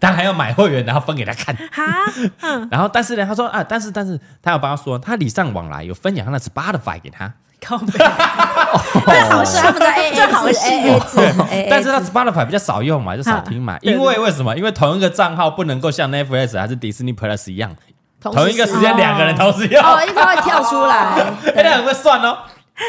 S3: 他还要买会员，然后分给他看。
S5: 哈，
S3: 然后但是呢，他说啊，但是但是他有帮他说，他礼尚往来，有分享他的 Spotify 给他，
S5: 靠背，
S3: 哦
S4: 好 是他们在 A A 制 A A 制 A A，
S3: 但是他 Spotify 比较少用嘛，就少听嘛。因为为什么？因为同一个账号不能够像 Netflix 还是 Disney Plus 一样，
S4: 同
S3: 同一个时间
S5: 哦
S3: 两个人同时用，
S4: 哦，
S3: 哎，
S4: 因为他会跳出来，
S3: 那很会算哦。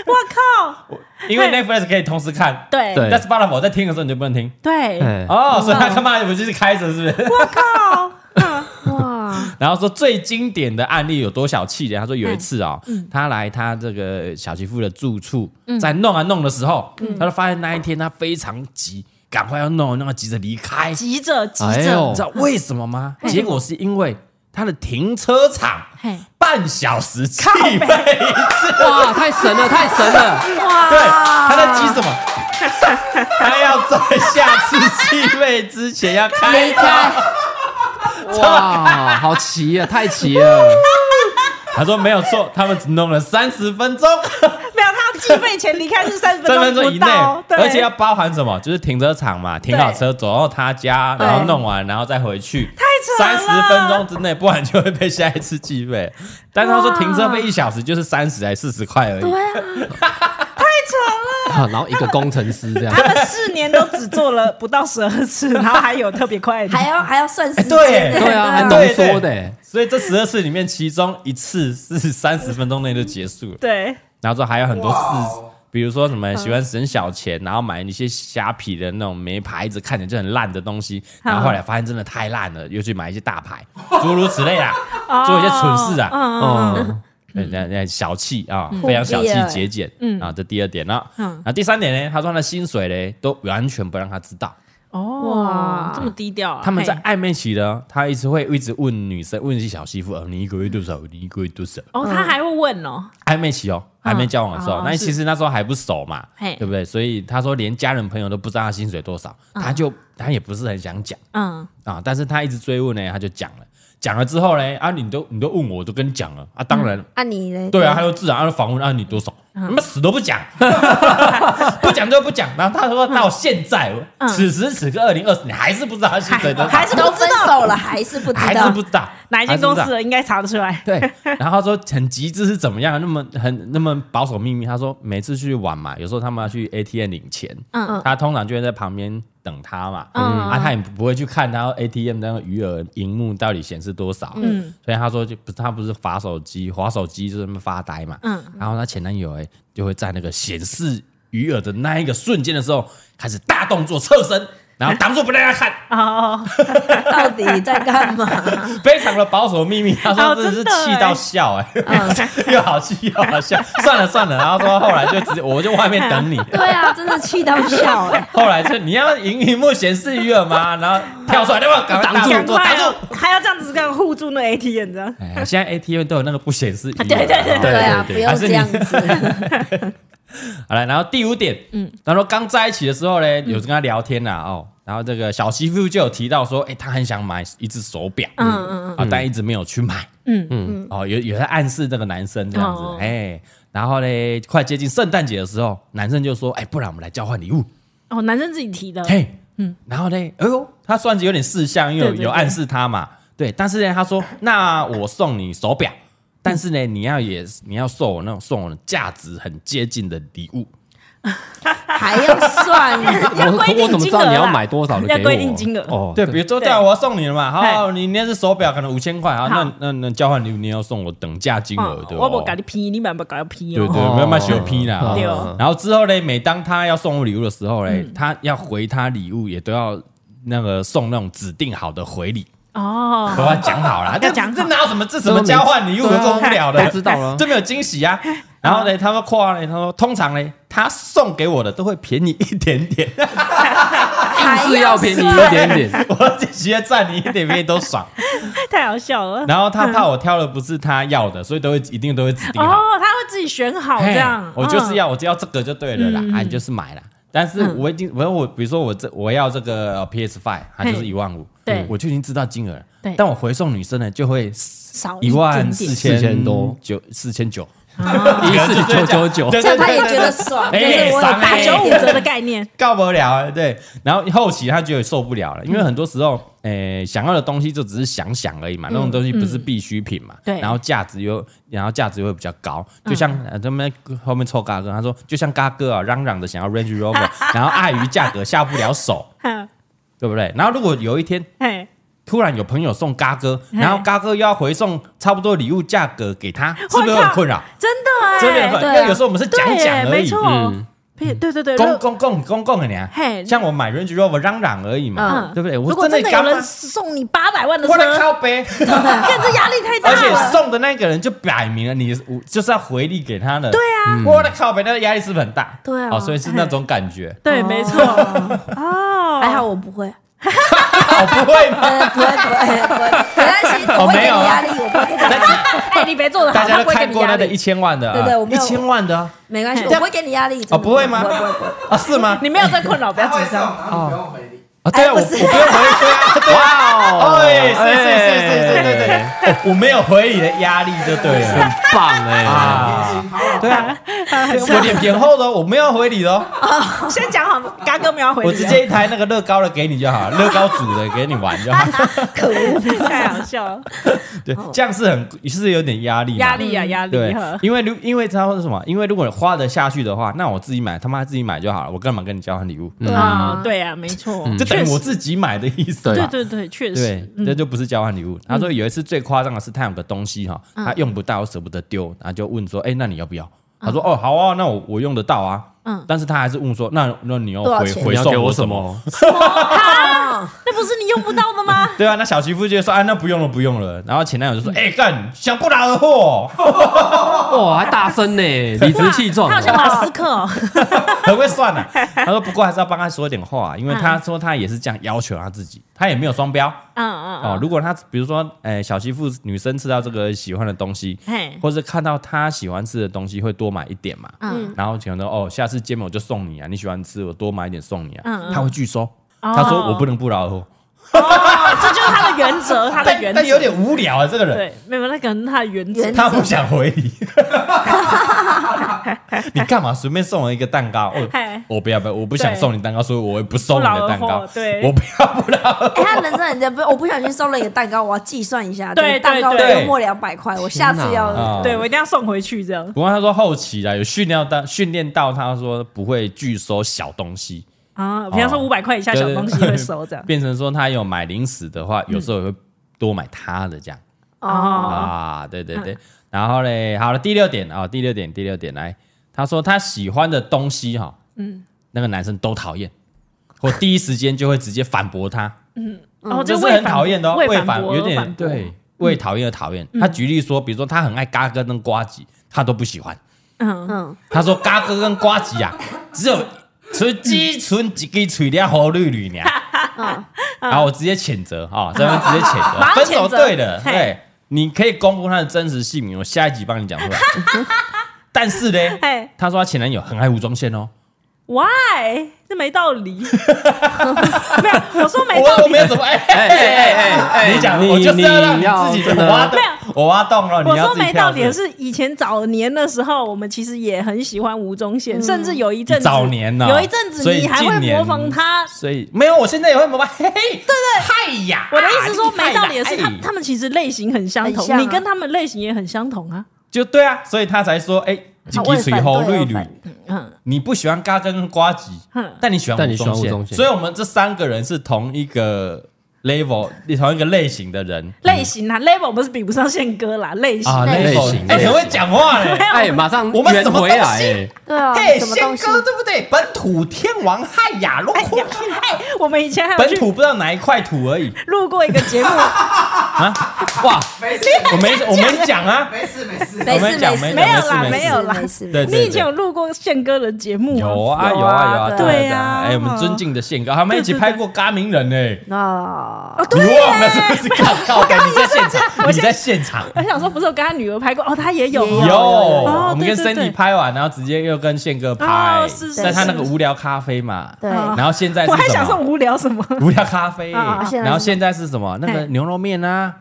S5: 我靠，
S3: 因为 Netflix 可以同时看，
S5: 对
S6: 对
S3: 但 Spotify 我在听的时候你就不能听
S5: 对，
S6: 哎
S3: 哦，所以他他妈的不就是开着是不是？
S4: 哇，
S3: 然后说最经典的案例有多小气的，他说有一次哦，他来他这个小媳妇的住处，在弄啊弄的时候，他就发现那一天他非常急，赶快要弄，那么急着离开。
S5: 急着急
S6: 哎
S5: 着，
S6: 呦
S3: 你知道为什么吗？结果是因为他的停车场
S5: 嘿
S3: 半小时计费一次，
S6: 哦哇，太神了，太神了，
S3: 对，他在急什么？他要在下次计费之前要开开。
S6: 哇，好奇啊，太奇了，
S3: 他说没有错，他们只弄了三十分 钟，
S5: 没有，他计费前离开是三十
S3: 三分
S5: 分
S3: 钟
S5: 钟
S3: 以
S5: 不
S3: 内
S5: 到，，对
S3: 而且要包含什么？就是停车场嘛，停好车走到他家，然后弄完，然后再回去，
S5: 太
S3: 三
S5: 扯
S3: 十
S5: 了
S3: 分钟之内，不然就会被下一次计费。但是他说停车费一小时就是三十还四十块而已，
S6: 啊 然后一个工程师这样
S5: 他，们四年都只做了不到十二 次，然后还有特别快的，
S4: 还要啊还要算时
S3: 哎
S4: 间，
S3: 对
S6: 对啊，还浓
S3: 对对
S6: 缩的欸，
S3: 所以这十二次里面，其中一次是三十分钟内就结束了，
S5: 对，
S3: 然后说还有很多事，比如说什么喜欢省小钱，然后买一些虾皮的那种没牌子，看起来就很烂的东西，然后后来发现真的太烂了，又去买一些大牌，诸如此类啊，做一些蠢事啊，
S6: 哦，
S3: 人家人家小气啊，非常小气
S4: 忽略
S3: 节俭，嗯啊，这第二点了，嗯，然后第三点呢，他说他的薪水呢都完全不让他知道，
S5: 哦，这么低调啊，
S3: 他们在
S5: 嘿
S3: 暧昧期呢，他一直会一直问女生，问一些小媳妇，呃，你一个月多少？你一个月多少？
S5: 哦，他还会问哦，
S3: 暧昧期哦，还没交往的时候，
S5: 哦
S3: 那
S5: 是
S3: 其实那时候还不熟嘛，
S5: 嘿
S3: 对不对？所以他说连家人朋友都不知道他薪水多少，他就他也不是很想讲
S5: 嗯，
S3: 啊，但是他一直追问呢，他就讲了，讲了之后呢，啊，你都你都问我，我都跟你讲了啊，当然。
S5: 嗯
S4: 啊你嘞？
S3: 对啊，他就自然按访问按你多少，他妈死都不 讲，不讲就不讲。然后他说
S5: 嗯
S3: 到现在，此时此刻二零二四，你还是不知道他薪水多少，
S5: 还是
S4: 都
S5: 都知
S4: 分
S5: 道
S4: 手了，还是不知
S3: 还
S4: 道
S3: 是不知道
S5: 哪一间公司
S3: 还是不
S5: 啊
S3: 知道啊
S5: 的应该查得出来，
S3: 对，然后他说很极致是怎么样，那么很那么保守秘密。他说每次去玩嘛，有时候他们要去 ATM 领钱，
S5: 嗯嗯
S3: 他通常就会在旁边等他嘛，嗯，啊，他也不会去看他 ATM 那个余额荧幕到底显示多少，嗯，所以他说就不是他不是划手机，划手机就是那么发呆嘛，嗯，然后他前男友哎就会在那个显示余额的那一个瞬间的时候，开始大动作侧身，然后挡住不让他看，
S5: 哦，
S4: 到底在干嘛？
S3: 非常的保守秘密。他说
S5: 哦
S3: 真的是
S5: 真的
S3: 气
S5: 欸
S3: 到笑哎、
S4: 嗯，
S3: 又好气又好笑。算了算了，然后说后来就直接我就外面等你。
S4: 对啊，真的气到笑哎、
S3: 后来就你要荧荧幕显示余额吗？然后跳出来，对吧？赶快
S6: 挡住
S3: 挡
S5: 赶
S3: 住，挡
S5: 快哦
S3: 住！，
S5: 还要这样子这样护住那 ATM 这样。
S3: 哎，现在 ATM 都有那个不显示余额。
S5: 对对对
S6: 对
S4: 啊，
S6: 对
S4: 不用
S3: 还是
S4: 这
S3: 你
S4: 样子。
S3: 好了，然后第五点，嗯，他说刚在一起的时候呢，
S5: 嗯
S3: 有跟他聊天啦，哦，然后这个小媳妇就有提到说，哎，她很想买一只手表，嗯
S5: 嗯嗯
S3: 啊，但一直没有去买，嗯
S5: 嗯
S3: 嗯，哦，有有在暗示这个男生这样子
S5: 哦，
S3: 哎，然后呢，快接近圣诞节的时候，男生就说，哎，不然我们来交换礼物，
S5: 嗯，哦，男生自己提的，
S3: 嘿，嗯，然后呢，哎呦，他算是有点事项，因为有
S5: 对对对
S3: 有暗示他嘛，对，但是呢，他说，那我送你手表，但是呢，你要也你要送我那种送我价值很接近的礼物。
S4: 还要 算
S6: 我
S5: 规定
S6: 我怎么知道
S5: 金额
S6: 你要
S5: 啦
S6: 买多少的给
S5: 要
S6: 我？
S5: 规定金额
S6: 哦，
S3: 对，比如说，
S5: 对
S3: 对啊，我要送你了嘛，好，
S5: 嗨
S3: 你那只手表可能五千块，好，
S5: 好
S3: 那那那交换礼物你要送我等价金额，对吧
S5: 哦我不搞你批，你买不搞要批
S3: 对
S5: 哦。
S3: 对，没有卖小批啦。
S5: 对嗯
S6: 哦
S3: 然后之后呢，每当他要送我礼物的时候呢，他要回他礼物也都要那个送那种指定好的回礼，
S5: 哦，
S3: 都要讲好 啦。
S5: 要
S3: 这
S5: 讲好啊
S3: 这哪有什么这什么交换礼物有这种无聊的？
S6: 都知道了
S3: 这没有惊喜 啊。然后呢，他说括号呢，他说通常呢，他送给我的都会便宜一点点，
S4: 还
S6: 是要
S4: 要
S6: 便宜
S4: 算
S6: 一点点。
S3: 我只需要占你一点便宜都爽。
S5: 太好笑了。
S3: 然后他怕我挑的不是他要的，所以都会一定都会指定好。
S5: 哦，他会自己选好
S3: 嘿
S5: 这样。
S3: 我就是
S5: 嗯
S3: 要，我就要这个就对了啦，啊，你就是买啦。但是我已经，我我比如说我这我要这个 PS Five，它就是
S5: 嘿
S3: 一万五，
S5: 对
S3: 我就已经知道金额了。
S5: 对
S3: 但我回送女生呢，就会
S5: 少
S3: 一万四
S5: 点点。
S3: 千
S6: 4000多
S3: 九四千九，
S6: 一四九九九，
S3: 对
S4: 这样
S3: 对
S4: 他也
S3: 对
S4: 觉
S3: 对，
S4: 得 爽，就
S3: 哎
S4: 是我有
S3: 爽
S4: 打
S5: 打
S3: 哎
S5: 九
S4: 九
S5: 五
S4: 五
S5: 折的概念，
S3: 告不了，对。然后后期他觉得受不了了，因为很多时候，
S5: 嗯
S3: 诶，想要的东西就只是想想而已嘛，那种东西不是必需品嘛，
S5: 嗯对
S3: 然后价值又，然后价值又会比较高，就像呃他们后面臭嘎哥，他说就像嘎哥啊，嚷嚷的想要 Range Rover，然后碍于价格下不了手，
S5: 哼
S3: 对不对？然后如果有一天
S5: 嘿，
S3: 突然有朋友送嘎哥，然后嘎哥又要回送差不多礼物价格给他，是不是
S5: 我
S3: 很
S5: 靠
S3: 困扰？
S5: 真的哎，
S3: 真的很困扰，
S4: 对啊
S3: 因为有时候我们是讲
S5: 对
S3: 讲而
S5: 没
S3: 已，
S5: 错，
S6: 嗯
S5: 呸对对对，
S3: 公
S5: 如
S3: 公共公共的呀，
S5: 嘿
S3: 像我买 Range Rover 嚷嚷而已嘛，
S5: 嗯
S3: 对不对？
S5: 如
S3: 我
S5: 果真的有
S3: 敢买
S5: 人，送你八百万的车，
S3: 我来
S5: 看
S3: 靠 背，
S5: 这压力太大
S3: 而且
S5: 了。
S3: 送的那个人就摆明了你我就是要回礼给他的，对
S5: 啊，，
S3: 我的靠背，那个压力是不是很大？
S4: 对啊
S3: 哦所以是那种感觉
S5: 对，没错。哦，
S4: 还好我不会，
S3: 我哦不会吗？
S4: 呃，不会不会不会，没关系，我
S3: 哦
S4: 不会
S3: 没
S4: 给
S3: 有
S4: 你
S3: 啊
S4: 压力，我不会给你压力，
S5: 哎，你别做的好，
S3: 大家
S5: 他
S3: 都
S5: 不会给
S3: 看
S5: 你
S3: 过
S5: 压
S3: 那个
S5: 力
S3: 一千万的啊，
S4: 对对我没
S3: 一
S4: 有
S3: 千万的啊
S4: 没关系，
S5: 嘿
S4: 我不会给你压力，真的
S3: 哦不会吗
S4: 不会不会不会，
S3: 啊，是吗？
S5: 你没有这困扰，不要紧张。
S3: 啊，对啊，
S4: 哎
S3: 我我
S4: 不
S3: 不
S4: 是
S3: 用回馈啊，对啊，
S6: 哇哦哎
S3: 哎，是是是是，对对对，哦我没有回礼的压力就对了。
S6: 很棒哎！
S3: 啊，对 啊，我脸皮很厚的哦，我没有回礼的哦，
S5: 先讲好，嘎哥没有要回你
S3: 我
S5: 啊，
S3: 直接一台那个乐高的给你就好了，乐高组的给你玩就 好了。
S4: 可恶，
S5: 太好笑了，
S3: 对，这样是很是有点压力嘛，
S5: 压力啊，压力
S3: 对
S5: 呵，
S3: 因为如因为他说什么？因为如果花得下去的话，那我自己买，他妈自己买就好了，我干嘛跟你交换礼物？
S6: 嗯
S5: 啊，对啊，没错，
S3: 就等于
S5: 确实
S3: 我自己买的意思
S6: 对啊
S3: 嘛。
S5: 对对对，确
S3: 嗯对
S5: 实，，嗯
S3: 这就不是交换礼物。他说有一次最夸张的是，他有个东西哈，
S5: 嗯
S3: 他用不到，舍不得丢，然后就问说：“哎，那你要不要？”他说：“哦，好啊，那我我用得到啊。”嗯
S5: 嗯，
S3: 但是他还是问说：“那那你要
S4: 多少
S3: 回
S4: 钱
S3: 回
S6: 你要给
S3: 送
S6: 我
S3: 什
S6: 什
S3: 么
S6: 么？
S5: 那不是你用不到的 吗？”？
S3: 对啊，那小媳妇就说：“啊，那不用了，不用了。”然后前男友就说：“哎，干，想不劳而获，
S6: 哇，还大声呢，理直气壮
S3: 啊
S5: 他。好像马斯克哦，
S3: 很会算啊。”他说：“不过还是要帮他说点话，啊因为他说他也是这样要求他自己，他也没有双标。”
S5: 嗯嗯
S3: 哦，
S5: 嗯，
S3: 如果他比如说，哎、小媳妇女生吃到这个喜欢的东西，
S5: 嘿，
S3: 或是看到她喜欢吃的东西，会多买一点嘛。
S5: 嗯
S3: 然后想说，哦，下次见面我就送你啊，你喜欢吃我多买一点送你啊。
S5: 嗯嗯
S3: 他会拒收，他说我不能不劳而获，
S5: 哦，这就是他的原则，他的
S3: 但
S5: 原则
S3: 但有点无聊啊，这个人。
S5: 对，没有，那可能是他的原则
S4: 原。
S3: 他不想回 你，你干嘛随便送我一个蛋糕？我
S5: 嘿
S3: 我不要不要，我不想
S5: 对
S3: 送你蛋糕，所以我也不送你的蛋
S5: 不劳而
S3: 糕
S5: 获。对
S3: 我不要不劳而获。
S4: 哎，他人生很不，我不小心收了一个蛋糕，我要计算一下，
S5: 对
S4: 这个蛋糕
S5: 对对
S4: 幽默两百块，我下次
S6: 天
S3: 哪
S4: 要
S5: 对我一定要送回去，这样
S3: 不过他说后期啊，有训练到训练到他说不会拒收小东西，
S5: 啊，比方说
S3: 哦。
S5: 五百块以下小东西会收这样
S3: 变成说他有买零食的话，有时候也会多买他的这样、
S4: 哦，
S5: 哦，
S3: 啊，对对对。然后嘞，好了，第六点啊、哦第六点，第六点来，他说他喜欢的东西哈、嗯，那个男生都讨厌，我第一时间就会直接反驳他，
S5: 然后
S3: 这
S5: 就是为
S3: 很
S5: 反
S3: 讨厌的哦，
S5: 为
S3: 反
S5: 驳而
S3: 有点
S5: 反驳嗯
S6: 对，
S3: 为讨厌而讨厌。他举例说，比如说他很爱嘎哥跟瓜吉，他都不喜欢。
S5: 嗯，
S4: 嗯，
S3: 他说嘎哥跟瓜吉 啊，只有存只存几个嘴俩红绿绿呢。啊然后我直接谴责啊，这边直接谴责，
S5: 嗯马上
S3: 分手
S5: 谴责
S3: 对的，
S5: 嘿
S3: 对，你可以公布他的真实姓名，我下一集帮你讲出 来。但是呢，
S5: 哎
S3: 他说他前男友很爱吴宗宪哦，
S5: ，Why？这没 道理。没有，我说没道
S3: 我我
S5: 理，
S3: 没有什么哎哎
S6: 哎哎哎
S3: 你讲，
S6: 你
S3: 我就是要让
S6: 你要
S3: 你自己
S6: 真的
S3: 挖洞，我挖洞了，
S5: 我
S3: 你要
S5: 说
S3: 自己
S5: 没
S3: 跳
S5: 道
S3: 是
S5: 理，是以前早年的时候，我们其实也很喜欢吴宗宪，甚至有一阵子
S3: 早年呢
S5: 有一阵子
S3: 所以
S5: 你还
S3: 近
S5: 会
S3: 年
S5: 模仿他。
S3: 所以没有，我现在也会膜拜。嘿嘿，对对，嗨呀！
S5: 我的意思是说，
S3: 啊
S5: 没道理的是，
S3: 你
S5: 他
S3: 害呀哎
S5: 他们其实类型很相
S4: 很
S5: 同，
S4: 像啊
S5: 你跟他们类型也很相同啊。
S3: 就对啊，所以他才说，哎，几
S4: 为
S3: 滴水
S4: 反
S3: 后
S4: 对
S3: 绿
S4: 而
S3: 绿，
S4: 反
S5: 嗯，
S3: 你不喜欢嘎跟瓜吉
S5: 哼，
S3: 但你喜欢
S6: 但
S3: 吴
S6: 你喜欢吴
S3: 宗
S6: 宗
S3: 宪，
S6: 宪
S3: 所以我们这三个人是同一个 level，同一个类型的人
S5: 类型啊，level 不是比不上宪哥啦，类型。
S3: 啊，
S6: 类
S3: level
S6: 型
S3: 哎，
S6: 类
S3: 很
S6: 型
S3: 会讲话 嘞。
S6: 哎，马上
S3: 我们什
S6: 圆
S3: 么
S6: 回
S3: 东
S6: 来
S3: 西
S6: 哎，
S4: 对啊，
S3: 嘿，
S4: 什么东
S3: 宪
S4: 西？
S3: 哥对不对？本土天王嗨呀，落空
S5: 我们以前还有
S3: 本
S5: 去
S3: 土不知道哪一块土而已。啊
S5: 录过一个节目，
S3: 哇，
S7: 没事，
S3: 我没我没讲啊，
S7: 没事，没事。
S4: 没
S3: 我
S4: 事
S3: 们讲
S4: 没
S3: 没
S4: 事
S3: 讲
S5: 没有啦
S3: 事
S5: 没有啦
S4: 没事 没
S3: 对
S4: 事，
S3: 对
S5: 你以前有录过宪哥的节目啊
S3: 有啊
S4: 有啊
S3: 有啊有啊，
S4: 对啊
S5: 对啊
S3: 哎，我们尊敬的宪哥，他们一起拍过《嘎鸣人》呢。
S4: 那
S5: 哦
S3: 你忘了是不是？靠靠的，你在现场，你在现场。
S5: 我想说，不是我跟他女儿拍过哦，他也有
S4: 有
S3: 有，
S5: 有
S3: 我们跟
S5: 对对
S3: Cindy
S5: 对
S3: 拍完，然后直接又跟宪哥拍
S5: 哦是，是
S3: 在他那个
S5: 是
S3: 无聊咖啡嘛。
S4: 对，
S5: 啊
S3: 然后现在是
S5: 我还想
S3: 什
S5: 说
S3: 么？
S5: 无聊什么
S3: 无聊咖啡。
S5: 啊啊
S4: 啊
S3: 然后现在是什么？那个
S5: 嘿
S3: 牛肉面啊，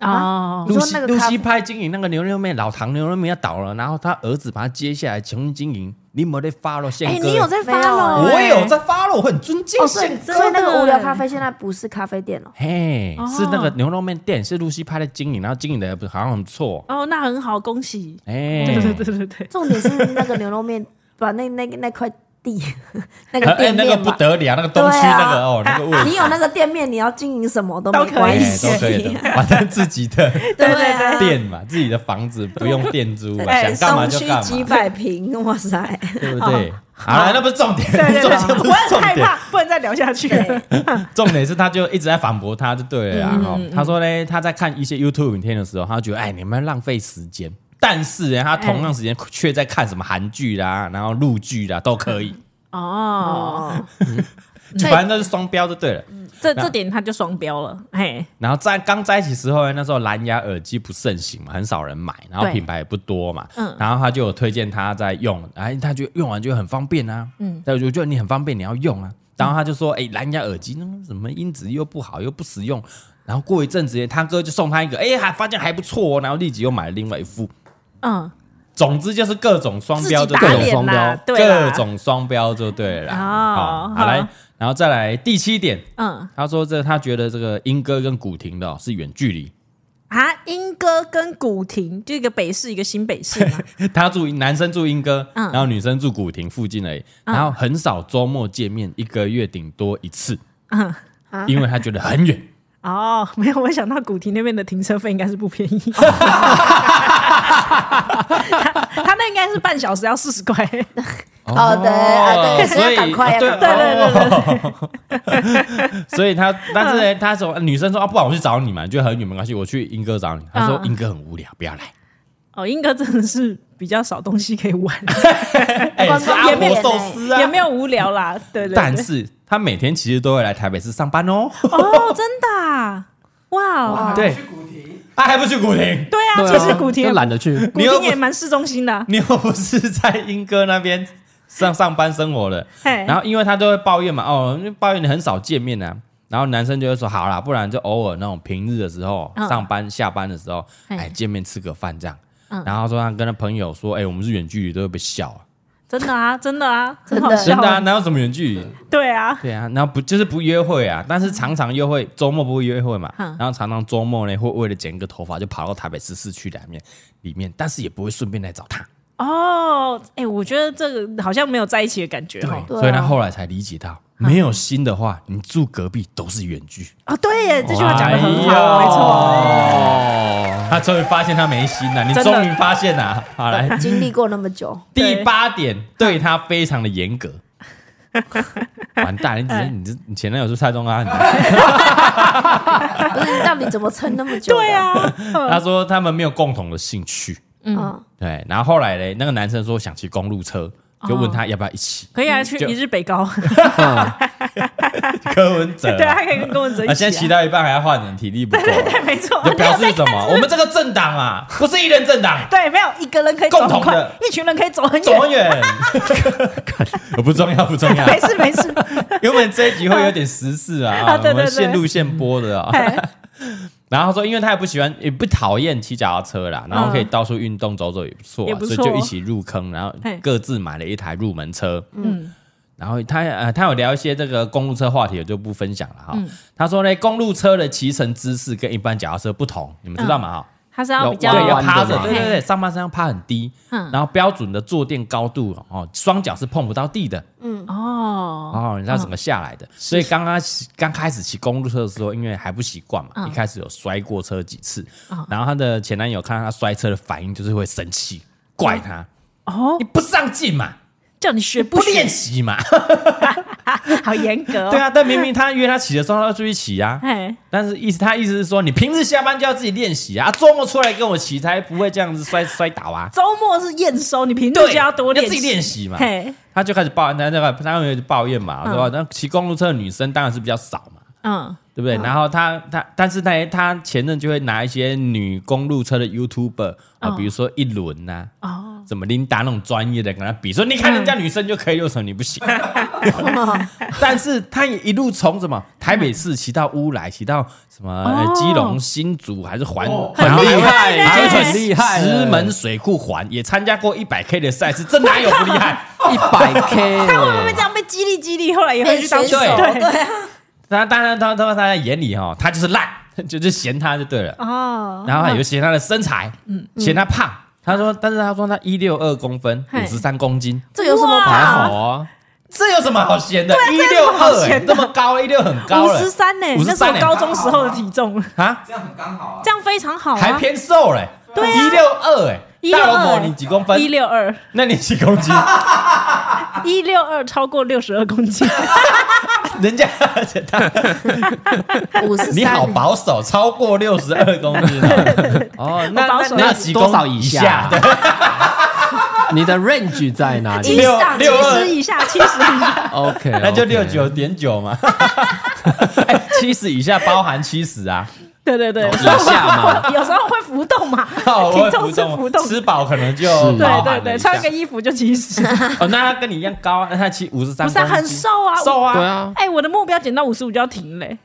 S5: 哦
S4: 你
S3: 露
S4: 说
S3: 西
S4: 那个
S3: 露
S4: 咖
S3: 西派经营那个牛肉面，老唐牛肉面要倒了，然后他儿子把他接下来重新经营。你有 没有在发了宪哥？
S5: 你有在
S4: 没哎有
S5: follow？
S3: 我
S5: 欸
S3: 有在发了，我很尊敬
S4: 哦，所以
S3: 宪
S4: 所
S3: 哥
S4: 以。那个无聊咖啡现在不是咖啡店哦了，
S3: 嘿，是那个
S5: 哦
S3: 牛肉面店，是露西派的经营，然后经营的也不好像很不错。
S5: 哦，那很好，恭喜！
S3: 哎，
S5: 对对
S4: 嗯
S5: 对对对，
S4: 重点是那个牛肉面把那那那块地 那
S3: 呃
S4: 个
S3: 哎，
S4: 店
S3: 那个
S4: 面
S3: 不
S4: 嘛，
S3: 得了，那个东区
S4: 对啊
S3: 那个哦，那个位置
S4: 你有那个店面，你要经营什么都
S5: 都
S4: 没
S5: 可以
S4: 关
S3: 哎
S4: 系
S3: 都，可以的，反正自己的
S4: 对
S5: 对
S4: 啊。
S3: 店嘛，自己的房子不用店租嘛，
S5: 哎
S3: 想干嘛就
S4: 东
S3: 干
S4: 区哦几
S3: 嘛，
S4: 百平，哇塞！
S3: 对不对？好了，那不是重点，重
S5: 对对
S3: 点不
S5: 对，我
S3: 是
S5: 很
S3: 重
S5: 害
S3: 点，
S5: 怕，不能再聊下去了。
S3: 重点是他就一直在反驳他，就对了啊。哈他说呢，他在看一些 YouTube 影片的时候，他觉得哎，你们浪费时间。但是呢，他同样时间却在看什么韩剧啦，然后陆剧啦都可以，
S5: 哦，
S4: 哦，
S5: 对
S3: 反正都是双标就对了。
S5: 这这点他就双标了，嘿，
S3: 然后在刚在一起时候呢，那时候蓝牙耳机不盛行嘛，很少人买，然后
S5: 对
S3: 品牌也不多嘛，
S5: 嗯
S3: 然后他就有推荐他在用，哎，他就用完就很方便啊，嗯，但我就觉得你很方便，你要用啊，然后他就说，哎，蓝牙耳机那个什么音质又不好，又不实用，然后过一阵子，他哥就送他一个，哎，还发现还不错哦，然后立即又买了另外一副，
S5: 嗯，
S3: 总之就是各种双
S5: 自
S3: 标
S5: 己
S3: 就
S5: 打
S3: 对了，
S5: 脸啦，对
S3: 各
S5: 啦，
S3: 种双标就对了，
S5: 哦
S3: 好，好来
S5: 好，
S3: 然后再来第七点，
S5: 嗯
S3: 他说这他觉得这个英哥跟古婷的哦是远距离。
S5: 啊，英哥跟古婷，就一个北市，一个新北市嘛，
S3: 他住男生住莺歌，
S5: 嗯
S3: 然后女生住古亭附近而已，然后很少周末见面，一个月顶多一次，
S5: 嗯，
S3: 因为他觉得很远。
S5: 哦，没有，我想到古亭那边的停车费应该是不 便宜，他他那应该是半小时要四十块，
S4: 哦对啊对
S3: 所以
S4: 要赶快
S3: 啊对
S4: 要
S3: 对对 对，所以他但是呢，他说女生说啊，不然我去找你嘛，你觉得很远没关系，我去莺歌找你。他说
S5: 嗯
S3: 莺歌很无聊，不要来。
S5: 哦，英哥真的是比较少东西可以玩，
S3: 哎，
S4: 观光
S3: 是阿
S4: 也没
S3: 婆
S4: 有
S3: 寿司啊，
S5: 哎也没有无聊啦，对对对，
S3: 但是他每天其实都会来台北市上班哦，
S5: 哦，真的、啊，哇哦，
S3: 对，
S7: 去古亭，
S3: 他还不去古亭。
S5: 对啊，
S6: 对啊
S5: 其实古亭
S6: 就懒得去，
S5: 古
S3: 你又
S5: 亭
S3: 不
S5: 也蛮市中心的啊、
S3: 你又不是在英哥那边上上班生活的，
S5: 嘿
S3: 然后因为他都会抱怨嘛，哦，因为抱怨你很少见面啊。然后男生就会说好啦，不然就偶尔那种平日的时候，
S5: 嗯
S3: 上班下班的时候，
S5: 嘿嗯
S3: 哎，见面吃个饭这样。然后说他跟他朋友说，哎，我们是远距离，都会被笑啊，
S5: 真的啊，真的啊，
S4: 真的
S5: 很好 笑
S3: 真的啊，哪有什么远距离？
S5: 对啊，
S3: 对啊，然后不就是不约会啊，但是常常约会，周末不会约会嘛，
S5: 嗯
S3: 然后常常周末呢会为了剪个头发就跑到台北市市区里面里面，但是也不会顺便来找他，
S5: 哦，哎、我觉得这个好像没有在一起的感觉哦哈。
S4: 对啊
S3: 所以他后来才理解到，
S5: 嗯
S3: 没有心的话，你住隔壁都是远距。
S5: 哦，对耶，这句话讲的很好，
S3: 哎
S5: 没
S3: 呦
S5: 错。
S3: 他终于发现他没心了，你
S5: 真的
S3: 终于发现啊 了。好来，
S4: 经历过那么久，
S3: 第八点，对他非常的严格。完蛋，你
S5: 哎
S3: 只是你这你前男友是蔡宗安。啊
S4: 不是你到底怎么撑那么久？
S5: 对，啊，
S3: 他说他们没有共同的兴趣，
S4: 嗯，
S3: 对。然后后来嘞，那个男生说想骑公路车，
S5: 哦
S3: 就问他要不要一起。
S5: 可以啊，去
S3: 就
S5: 一日北高，
S3: 柯文哲，
S5: 对啊，哦还可以跟郭文哲一起
S3: 啊，
S5: 啊。
S3: 现在骑到一半还要换人，体 力不够，
S5: 对，哎没错，
S3: 就表示什么？我们这个政党啊，不是一人政 党，
S5: 对，没有一个人可以走
S3: 共
S5: 很
S3: 同
S5: 快
S3: 的，
S5: 一群人可以走很
S3: 走很啊
S5: 远。
S3: 远。 看不重要，不重要。
S5: 没事没事，
S3: 因为我们这一集会有点时事啊，
S5: 啊对
S3: 我们
S5: 对对
S3: 现录现播的啊。
S5: 哎
S3: 然后他说，因为他也不喜欢，也不讨厌骑脚踏车啦，然后可以到处运动走走也不错、啊，
S5: 嗯也不
S3: 所以
S5: 错
S3: 就一起入坑，然后
S5: 嘿
S3: 各自买了一台入门车。嗯，然后他呃，他有聊一些这个公路车话题，我就不分享了哈。
S5: 嗯
S3: 他说呢，公路车的骑乘姿势跟一般脚踏车不同，你们知道吗？哈、
S5: 他是要啊比较
S3: 对，要
S6: 弯的
S3: 趴着，
S6: 嘛
S3: 对对对，上半身要趴很低，
S5: 嗯
S3: 然后标准的坐垫高度哦，双脚是碰不到地的，
S5: 哦，
S3: 哦，你知道怎么下来的？所以刚刚起刚开始骑公路车的时候，因为还不习惯嘛，一开始有摔过车几次。然后她的前男友看到她摔车的反应，就是会生气，怪她
S5: 哦
S3: 你不上进嘛，
S5: 叫你学
S3: 不
S5: 不
S3: 练
S5: 学，
S3: 习嘛。
S5: 好严格 哦。
S3: 对啊，但明明他约她骑的时候，她要出去骑 啊。
S5: 哎，
S3: 但是意思他意思是说，你平日下班就要自己练习啊，周末出来跟我骑才不会这样子摔摔倒啊。
S5: 周末是验收，你平日就
S3: 对，
S5: 要多练，
S3: 自己练。习嘛。
S5: 嘿，
S3: 他就开始抱怨，他那个他就抱怨嘛，说那骑公路车的女生当然是比较少嘛。
S5: 嗯，
S3: 对不对？然后他他，但是他他前任就会拿一些女公路车的 YouTuber 啊，比如说一轮呐、哦，嗯什么琳达那种专业的跟他比，说你看人家女生就可以，为什么你不 行？但是他也一路从什么台北市骑到乌来，骑到什么、呃基隆、新竹还是环，然后
S6: 很厉害
S3: 还
S6: 耶
S3: 有
S6: 很厉害耶
S3: 石门水库环也参加过一百 K 的赛事，这哪有不厉害？
S6: 一百 K，
S5: 他会不会这样被激励激励，后来也会
S4: 变
S5: 去当
S4: 哎选手
S3: 对
S4: 对啊，
S3: 那当然，他他他在眼里哦，他就是烂，就是嫌他就对了。
S5: 哦，嗯
S3: 然后还有嫌他的身材，嫌他胖。他说，但是他说他一六二公分，
S5: 嘿哦
S3: 五十三公斤，
S4: 这有什么
S3: 还
S4: 爬？
S3: 好啊。这有什么好嫌的？一六
S5: 么好
S3: 二欸
S5: 嫌的
S3: 这么高，一六很高
S5: 五
S3: 了
S5: 十三呢，
S3: 53
S5: 那是我
S3: 欸
S5: 高中时候的体重，
S3: 啊，
S5: 这样非常好
S3: 还
S5: 啊，
S3: 偏瘦嘞。
S5: 对啊
S3: 一六二哎，
S5: 162
S3: 大老婆你几公分
S5: 一？六二，
S3: 那你几公 斤？
S5: 一六二超过六十二公斤，
S3: 人家
S4: 五十三，
S3: 你好保守，超过六十二公斤 了。哦，那
S5: 保
S3: 那
S5: 守
S3: 那几
S6: 多少
S3: 公
S6: 以下？ 你的 range 在哪
S4: 七十
S6: 里
S3: 六
S4: 啊
S3: 六
S5: 七
S3: 二
S5: 十以下，七十以下，
S6: ？OK，
S3: 那就六九点九 嘛。哎，七十以下包含七十啊。
S5: 对对对，
S6: 以下 嘛，
S5: 有时候会浮动嘛，
S3: 哦，我
S5: 体重是
S3: 动，
S5: 浮动，
S3: 吃饱可能就饱
S5: 对
S3: 满
S5: 对
S3: 了
S5: 对，
S3: 一下
S5: 穿个衣服就 七十，
S3: 哦，那他跟你一样高啊，那他七五十三，
S5: 不是很瘦啊，
S3: 瘦啊，
S6: 对，啊，
S5: 哎，我的目标减到五十五就要停嘞，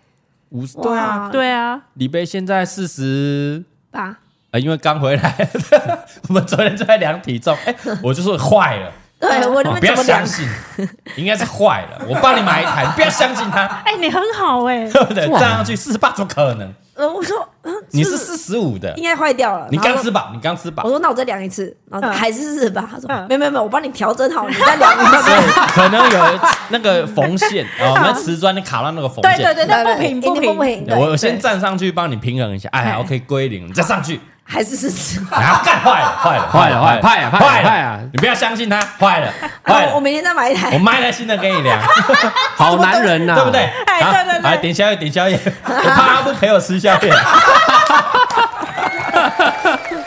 S3: 五十对啊，
S5: 对啊，
S3: 李贝现在四十。
S5: 吧，
S3: 呃，因为刚回来， 我们昨天就在量体重，哎、我就说坏了，
S4: 对我那
S3: 哦不
S4: 边
S3: 要
S4: 怎么
S3: 相
S4: 量？
S3: 信， 应该是坏了。我帮你买一台，你不要相信他，
S5: 哎，你很好 哎，
S3: 对不对？站上去四十八，怎么可能？
S4: 呃，我说嗯
S3: 你是四十五的
S4: 应，该坏掉了。
S3: 你
S4: 然
S3: 刚
S4: 后
S3: 吃饱，你刚吃饱
S4: 我，说那我再量一次，然后
S5: 嗯
S4: 还是是吧？他说
S5: 嗯
S4: 没有没有没有，我帮你调整好，你再量一
S3: 对
S4: 次。，
S3: 可能有那个缝线啊，我们瓷砖你卡到那个缝
S5: 对
S3: 线，
S5: 对对， 但不平
S4: 一定
S5: 不
S4: 不
S5: 平，
S4: 平，
S3: 对我
S4: 对，
S3: 我先站上去帮你平衡一下，哎
S5: 哎
S3: ，OK 归零，你再上去，
S4: 还是是是。
S3: 然后哎干坏了，坏了，
S6: 坏了坏了坏了
S3: 坏
S6: 坏
S3: 了
S6: 了坏了
S3: 你不要相信他，坏 了，
S5: 哦
S3: 坏
S4: 我我
S3: 了，
S4: 明天再买一
S3: 我
S4: 台，
S3: 买了新的给你量，
S6: 好男人啊呐，
S3: 对不对？？
S5: 哎
S3: 好
S5: 对对对
S3: 好点宵夜，点宵夜， 我怕他不陪我吃宵夜。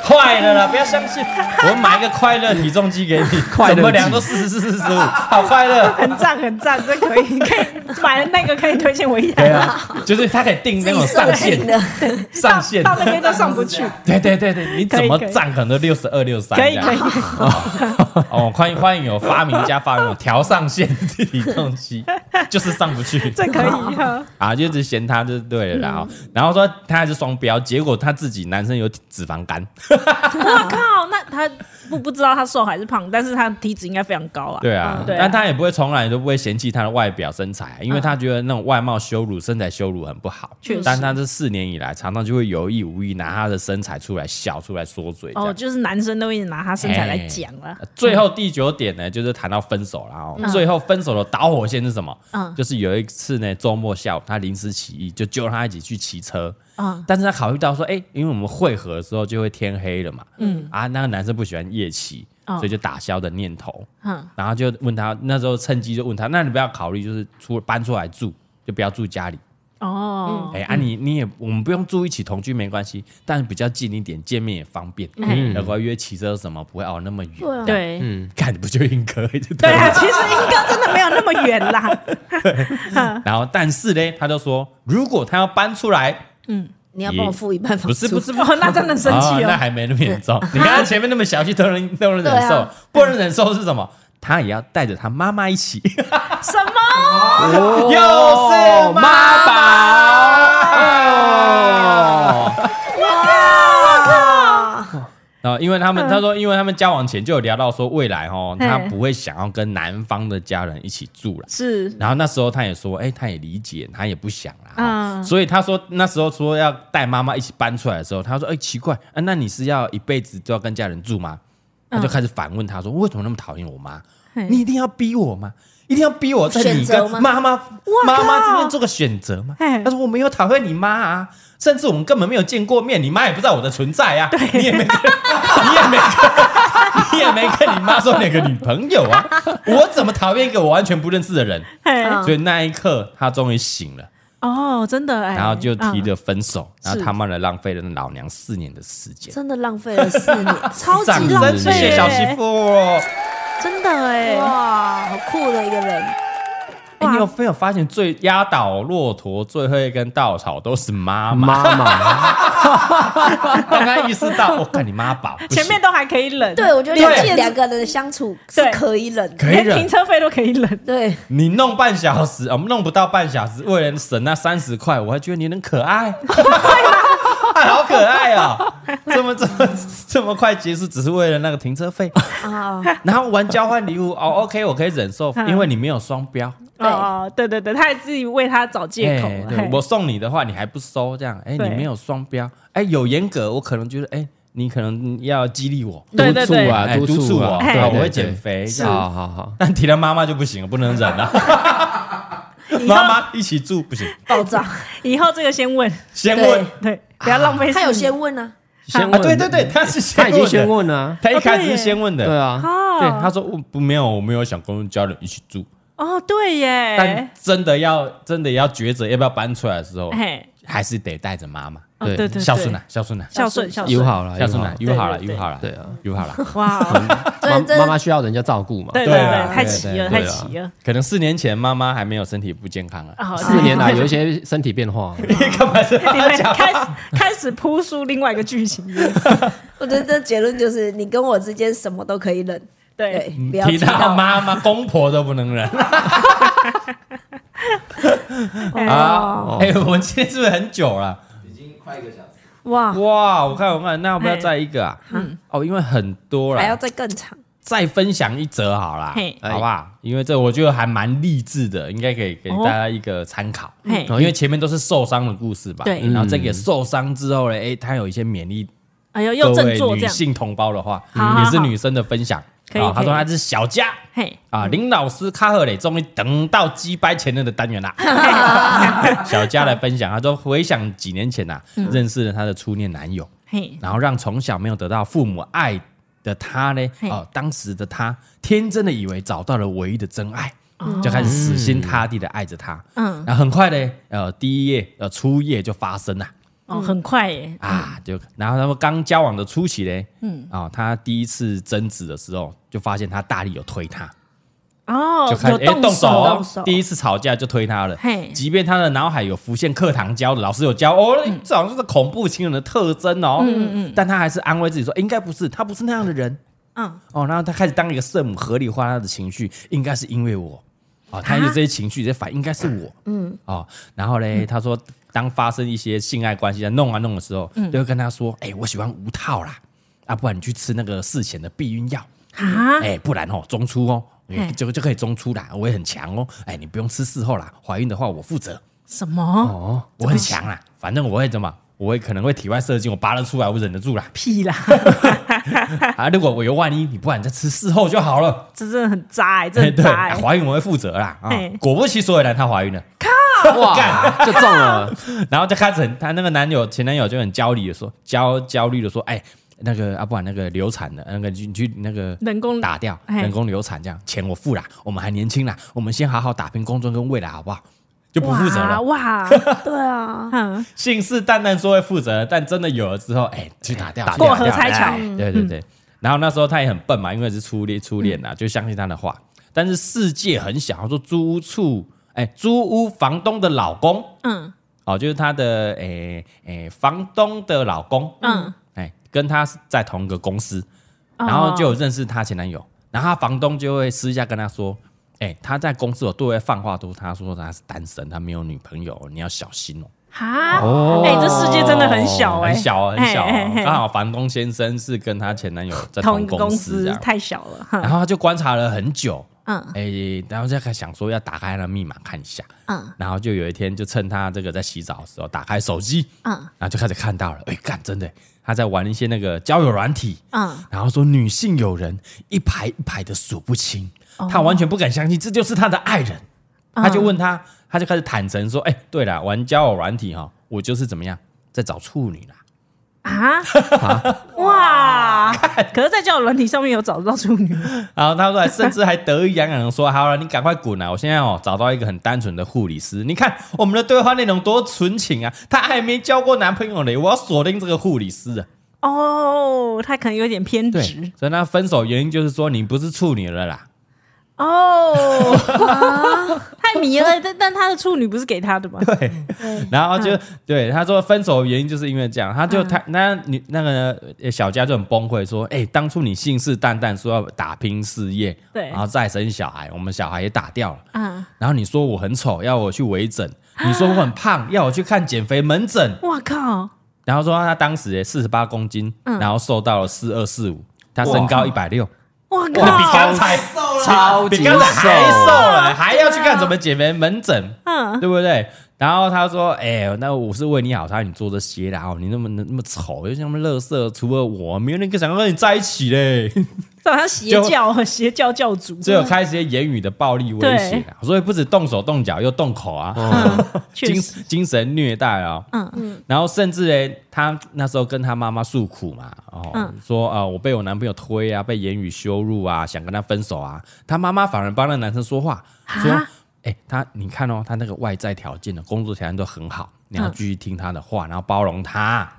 S3: 坏了啦！不要相信，我买一个快乐体重机给你，
S6: 快
S3: 怎
S6: 乐计
S3: 么量都四十四、四十五，好快 乐。
S5: 很赞很赞，这可以可以买了那个可以推荐我一
S3: 对
S5: 台，
S3: 啊，就是他可以定那种上
S4: 自己设
S3: 限，
S4: 定的，
S3: 上限。
S5: 到那边都上不去，
S3: 对对对对，你怎么
S5: 可以可以
S3: 站可能都六十二、六三。
S5: 可以可以，
S3: 哦，欢迎欢迎有发明家发明有调上限体重机， 就是上不去
S5: 这嗯可 以哈，
S3: 啊，就一直嫌他就对了啦、哦然后说他还是双标，结果他自己男生有脂肪肝，
S5: 我靠，那他不不知道他瘦还是胖，但是他体脂应该非常高啊，
S3: 对啊，
S5: 对啊啊
S3: 但他也不会从来都不会嫌弃他的外表身材，因为他觉得那种外貌羞辱、身材羞辱很不好。
S5: 确实
S3: 但他这四年以来，常常就会有意无意拿他的身材出来笑、出来说嘴这样。哎
S5: 哦，就是男生都一直拿他身材来讲了，
S3: 最后第九点呢，就是谈到分手了哦。最后分手的导火线是什么？
S5: 嗯
S3: 就是有一次呢，周末下午他临时起意，就揪他一起去骑车。
S5: 嗯
S3: 但是啊他考虑到说，哎、因为我们会合的时候就会天黑了嘛，嗯，啊，那个男生不喜欢夜骑，
S5: 哦
S3: 所以就打消的念头。
S5: 嗯，
S3: 然后就问他，那时候趁机就问他，那你不要考虑就是出搬出来住，就不要住家里。
S5: 哦，
S3: 哎、啊你，你也我们不用住一起同居没关系，但是比较近一点，见面也方便。
S5: 嗯
S3: 然后约骑车什么不会熬那么远。
S4: 啊，
S5: 对，
S3: 看不就应该就
S5: 对
S3: 对
S5: 啊，
S3: 了。
S5: 其实英哥真的没有那么远 啦。
S3: 然后，但是呢，他就说，如果他要搬出来，
S4: 你要帮我付一半房
S3: 不
S4: 租，
S3: 是不是不是
S5: 哦，那真的生气
S3: 哦那
S5: 哦。
S3: 还没那么严重。你看他前面那么小气，都能都能
S4: 对
S3: 忍
S4: 啊
S3: 受，不能忍受是什么？他也要带着他妈妈一 起，
S5: 什么？哦
S3: 又是妈宝。啊，因为他们他说，因为他们交往前就有聊到说，未来哦，
S5: 嗯嘿
S3: 他不会想要跟男方的家人一起住了。
S5: 是
S3: 然后那时候他也说，哎、他也理解，他也不想啦。
S5: 嗯
S3: 所以他说那时候说要带妈妈一起搬出来的时候，他说，哎、奇怪，啊，那你是要一辈子都要跟家人住吗？他就开始反问他说，为什么那么讨厌我妈？
S4: 哎
S5: 嘿
S3: 你一定要逼我吗？一定要逼我在你
S4: 选择
S3: 跟
S4: 吗
S3: 妈妈妈妈之间做个选择吗？
S5: 嘿
S3: 他说我没有讨厌你妈啊，甚至我们根本没有见过面，你妈也不知道我的存在啊，你也没跟， 你也没跟，你也没跟你妈说你有个女朋友 啊，我怎么讨厌一个我完全不认识的人？
S5: 嘿
S4: 嗯
S3: 所以那一刻他终于醒了，
S5: 哦，真的哎。
S3: 然后就提
S5: 嗯
S3: 了分手，然后
S5: 是
S3: 他妈的浪费了老娘四年的时间，
S4: 真的浪费了四 年，超级
S3: 上
S4: 浪
S3: 真谢
S4: 费
S3: 谢
S5: 耶
S3: 小媳妇。哦
S5: 真的哎，
S4: 哇，好酷的一个人，
S3: 哎，你有没有发现最压倒骆驼最后一根稻草都是妈 妈？
S6: 妈妈，
S3: 刚刚意识到，我看你妈宝，不行
S5: 前面都还可以忍，
S4: 对我觉得
S3: 对
S4: 两两个人的相处是
S5: 对
S4: 可以忍的，
S3: 可以
S5: 连
S3: 忍
S5: 停。车费都可以忍。
S4: 对，
S3: 你弄半小时，哦我们弄不到半小时，为了省那三十块，我还觉得你很可 爱，哎好可爱哦！这么这么这么快结束，只是为了那个停车费。
S4: 啊，
S3: 然后玩交换礼物哦，OK，我可以忍受，
S5: 嗯
S3: 因为你没有双标。
S4: 对
S5: 哦，对对对，他还自己为他找借口
S3: 哎
S5: 了。
S3: 对
S5: 嘿
S3: 我送你的话，你还不收，这样，哎，
S5: 对
S3: 你没有双标，哎，有严格，我可能觉得，哎，你可能要激励我，
S5: 对对
S6: 督促
S5: 对
S6: 啊，
S3: 哎督
S6: 促
S3: 我，
S6: 啊，
S5: 哎
S3: 对
S6: 对
S3: 我会减。肥。
S6: 对
S3: 这
S6: 对
S3: 样
S6: 好好好，
S3: 但提到妈妈就不行了，不能忍啊了。 妈妈一起住不行，
S4: 爆炸，
S5: 以后这个先问，
S3: 先问
S5: 对，不要浪费。
S4: 他有先问啊，
S6: 先
S3: 啊，
S6: 问
S3: 对对对，，他是先
S6: 他已经先
S3: 的，
S6: 问了啊，
S3: 他一
S5: 哦
S3: 开始
S5: 对
S3: 是
S5: 耶
S3: 先问的，
S6: 对，啊，
S5: 哦，
S3: 对，他说我不没有，我没有想跟家人一起住，
S5: 哦，对
S3: 但
S5: 耶，
S3: 真的要真的要抉择要不要搬出来的时候，
S5: 嘿，
S3: 还是得带着妈妈，
S5: 哎哦
S6: 对
S5: 对对，
S3: 孝顺
S5: 对
S3: 啊，孝顺啊，
S5: 孝顺孝
S6: 友
S5: 顺，
S6: 好了，
S3: 孝顺
S6: 友好
S3: 啊，友好了，友
S5: 对对
S3: 好了，
S6: 对啊，
S3: 友好了。
S5: 哇哦，
S4: 对
S6: 妈
S4: 这
S6: 妈妈需要人家照顾嘛，
S5: 对
S3: 对
S5: 对
S3: 啊
S5: 对，太
S3: 对
S5: 齐
S3: 对
S5: 了，
S6: 对
S5: 太
S6: 啊
S5: 齐了。
S3: 可能四年前妈妈还没有身体不健康啊，
S5: 哦
S6: 四年来有一些身体变化，
S3: 干嘛是
S5: 你们开始开始铺出另外一个剧情，
S4: 我觉得这结论就是你跟我之间什么都可以忍，
S5: 对
S4: 对，，不要
S3: 提到
S4: 到
S3: 妈妈、公婆都不能 忍啊！哎，我们今天是不是很久了？
S4: 哇，
S3: 哇，我看我看，那要不要再一个啊？
S5: 嗯
S3: 哦，因为很多
S4: 还要
S3: 了，
S4: 再更长，
S3: 再分享一则好啦
S5: 嘿，
S3: 好不好？因为这我觉得还蛮励志的，应该可以给大家一个参考。
S5: 嘿
S3: 哦因为前面都是受伤的故事吧，
S5: 对
S3: 然后这个受伤之后呢，哎，他有一些勉励
S5: 哎呦，
S3: 各
S5: 又振
S3: 位
S5: 作这
S3: 女
S5: 样，
S3: 性同胞的话，
S5: 好好好
S3: 也是女生的分享。
S5: 可以
S3: 啊他
S5: 可以
S3: 说他是小佳
S5: 嘿，
S3: 啊，林老师卡赫磊终于等到击败前任的单元啦。 小佳来分享，他说回想几年前呐，
S5: 嗯
S3: 认识了她的初恋男友，
S5: 嘿，
S3: 然后让从小没有得到父母爱的她呢，
S5: 嘿
S3: 哦，当时的她天真的以为找到了唯一的真爱。就开始死心塌地的爱着他，嗯
S5: 哦嗯，
S3: 然后很快呢，呃，第一夜，呃，初夜就发生了，
S5: 哦，很快耶，
S3: 啊，就然后他们刚交往的初期嘞，嗯，啊，他第一次争执的时候，就发现他大力有推他，
S5: 哦
S3: 就，开始
S5: 有
S3: 哎
S5: 动
S3: 动手哦
S5: 动手，
S3: 第一次吵架就推他了。
S5: 嘿
S3: 即便他的脑海有浮现课堂教的，老师有教哦，
S5: 嗯
S3: 这好像是恐怖情人的特征哦，嗯嗯，但他还是安慰自己说，应该不是，他不是那样的人，
S5: 嗯，
S3: 哦，然后他开始当一个圣母，合理化他的情绪，应该是因为我。
S5: 啊
S3: 哦，他有这些情绪，这些反应该是我，嗯，哦，然后
S5: 嗯
S3: 嘞，他说，当发生一些性爱关系在弄啊弄的时候，
S5: 嗯
S3: 就会跟他说，哎、我喜欢无套啦，啊，不然你去吃那个事前的避孕药，
S5: 啊，
S3: 哎、不然哦，中出哦，
S5: 嘿
S3: 就就可以中出啦，我也很强哦，哎、你不用吃事后啦，怀孕的话我负责
S5: 什么
S3: 哦，我很强啦，反正我会怎么，我会可能会体外射精，我拔得出来，我忍得住 啦，
S5: 屁 啦？
S3: 啊，如果我有万一，你不然你再吃事后就好了，
S5: 这 真的很渣哎，这
S3: 对
S5: 很
S3: 对，
S5: 渣
S3: 啊
S5: 哎，
S3: 怀孕我会负责啦，啊
S5: 嘿，
S3: 果不其所以然，她怀孕了，
S6: 哇，就中了，
S3: 然后就开始很，她那个男友前男友就很焦虑的说，焦焦虑的说，哎。那个啊，不然那个流产的，那个你去你去那个
S5: 人工
S3: 打掉，
S5: 哎
S3: 人工流产这样，钱我付啦，我们还年轻啦，我们先好好打拼工作跟未来好不好？就不负责了。
S5: 哇，
S4: 对啊，
S5: 嗯，
S3: 信誓旦旦说会负责，但真的有了之后，哎、去打掉，
S6: 打
S3: 去打
S5: 过
S3: 掉
S5: 河拆桥嗯
S3: 哎对对对。然后那时候他也很笨嘛，因为是初恋初
S5: 嗯
S3: 恋呐、啊就相信他的话。但是世界很小，他说租屋处，哎、租屋房东的老公，
S5: 嗯
S3: 哦，就是他的诶诶、房东的老公，
S5: 嗯，
S3: 哎、跟他是在同一个公司，
S5: 哦
S3: 然后就有认识他前男友，然后他房东就会私下跟他说，哎、他在公司有对外放话都，他说他是单身，他没有女朋友，你要小心哦。
S5: 哈，
S6: 哦
S5: 哎，这世界真的很小哎，
S3: 很小哦很小
S5: 嘿
S3: 哦
S5: 嘿。嘿
S3: 刚好房东先生是跟他前男友在
S5: 同
S3: 同
S5: 一个
S3: 公
S5: 公
S3: 司
S5: 司
S3: 这样，
S5: 太小了，
S3: 然
S5: 哈，
S3: 后他就观察了很久，
S5: 嗯
S3: 哎、然后再开始想说要打开他的密码看一下，
S5: 嗯
S3: 然后就有一天就趁他这个在洗澡的时候打开手机，
S5: 嗯
S3: 然后就开始看到了，哎、干真的，他在玩一些那个交友软体，
S5: 嗯，
S3: 然后说女性友人一排一排的数不清，
S5: 哦
S3: 他完全不敢相信这就是他的爱人，
S5: 嗯
S3: 他就问他，他就开始坦诚说，哎、对了，玩交友软体哈、我就是怎么样在找处女啦。
S5: 啊，哇，可是，在交友软体上面有找得到处女，
S3: 然后他说，甚至还得意洋洋的说：“好了，你赶快滚啊！我现在哦找到一个很单纯的护理师，你看我们的对话内容多纯情啊！她还没交过男朋友嘞，我要锁定这个护理师啊！
S5: 哦，他可能有点偏
S3: 对，
S5: 执，
S3: 所以那分手原因就是说你不是处女了啦。
S5: 哦，太迷了，但但他的处女不是给他的吗？
S3: 对，然后就、对他说分手原因就是因为这样，他就他那你那个呃小佳就很崩溃，说：哎、当初你信誓旦旦说要打拼事业，
S5: 对
S3: 然后再生小孩，我们小孩也打掉了。”
S5: 啊，
S3: 然后你说我很丑，要我去微整；你说我很胖，要我去看减肥门诊。
S5: 哇靠，
S3: 然后说他当时四十八公斤，
S5: 嗯
S3: 然后瘦到了四二四五，他身高一百六，
S5: 哇
S3: 比刚
S5: 靠，
S3: 才
S6: 超级
S3: 比刚才还
S6: 瘦啊
S3: 瘦了，还要去看什么减肥门诊，
S5: 嗯
S3: 对不对？然后他说：“哎、那我是为你好，他说你做这些啦，哦，你那么那么丑，又像那么乐色，除了我，没有人想要跟你在一起嘞。”
S5: 嗯这好像邪教，邪教教主，
S3: 就有开始一些言语的暴力威胁啦，所以不止动手动脚，又动口啊，
S5: 嗯确
S3: 精
S5: 实
S3: 精神虐待啊、
S5: 嗯
S3: 嗯，然后甚至嘞，他那时候跟他妈妈诉苦嘛，哦，
S5: 嗯
S3: 说啊、呃我被我男朋友推啊，被言语羞辱啊，想跟他分手啊，他妈妈反而帮那男生说话，
S5: 啊
S3: 说，哎、他你看哦，他那个外在条件的工作条件都很
S5: 嗯
S3: 好，你要继续听他的话，然后包容他，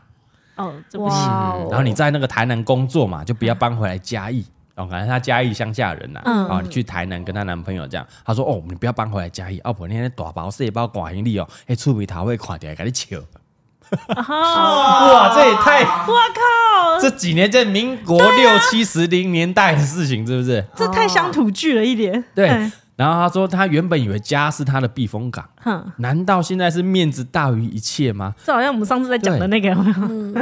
S5: 哦，这不行，
S3: 然后你在那个台南工作嘛，就不要搬回来嘉义。哦，反正她嘉义乡下人呐、
S5: 嗯
S3: 哦，你去台南跟她男朋友这样，她说哦，你不要搬回来嘉义，哦，不然那大包小包管行李哦，哎，厝边头会看起来给你笑。
S5: 哦，
S3: 哇，这也太，
S5: 哇靠，
S3: 这几年在民国
S5: 啊
S3: 六七十零年代的事情，是不是？
S5: 这太乡土剧了一点，
S3: 对
S5: 哎。
S3: 然后她说，她原本以为家是她的避风港，
S5: 哼，
S3: 难道现在是面子大于一切吗？
S5: 这好像我们上次在讲的那个有没有，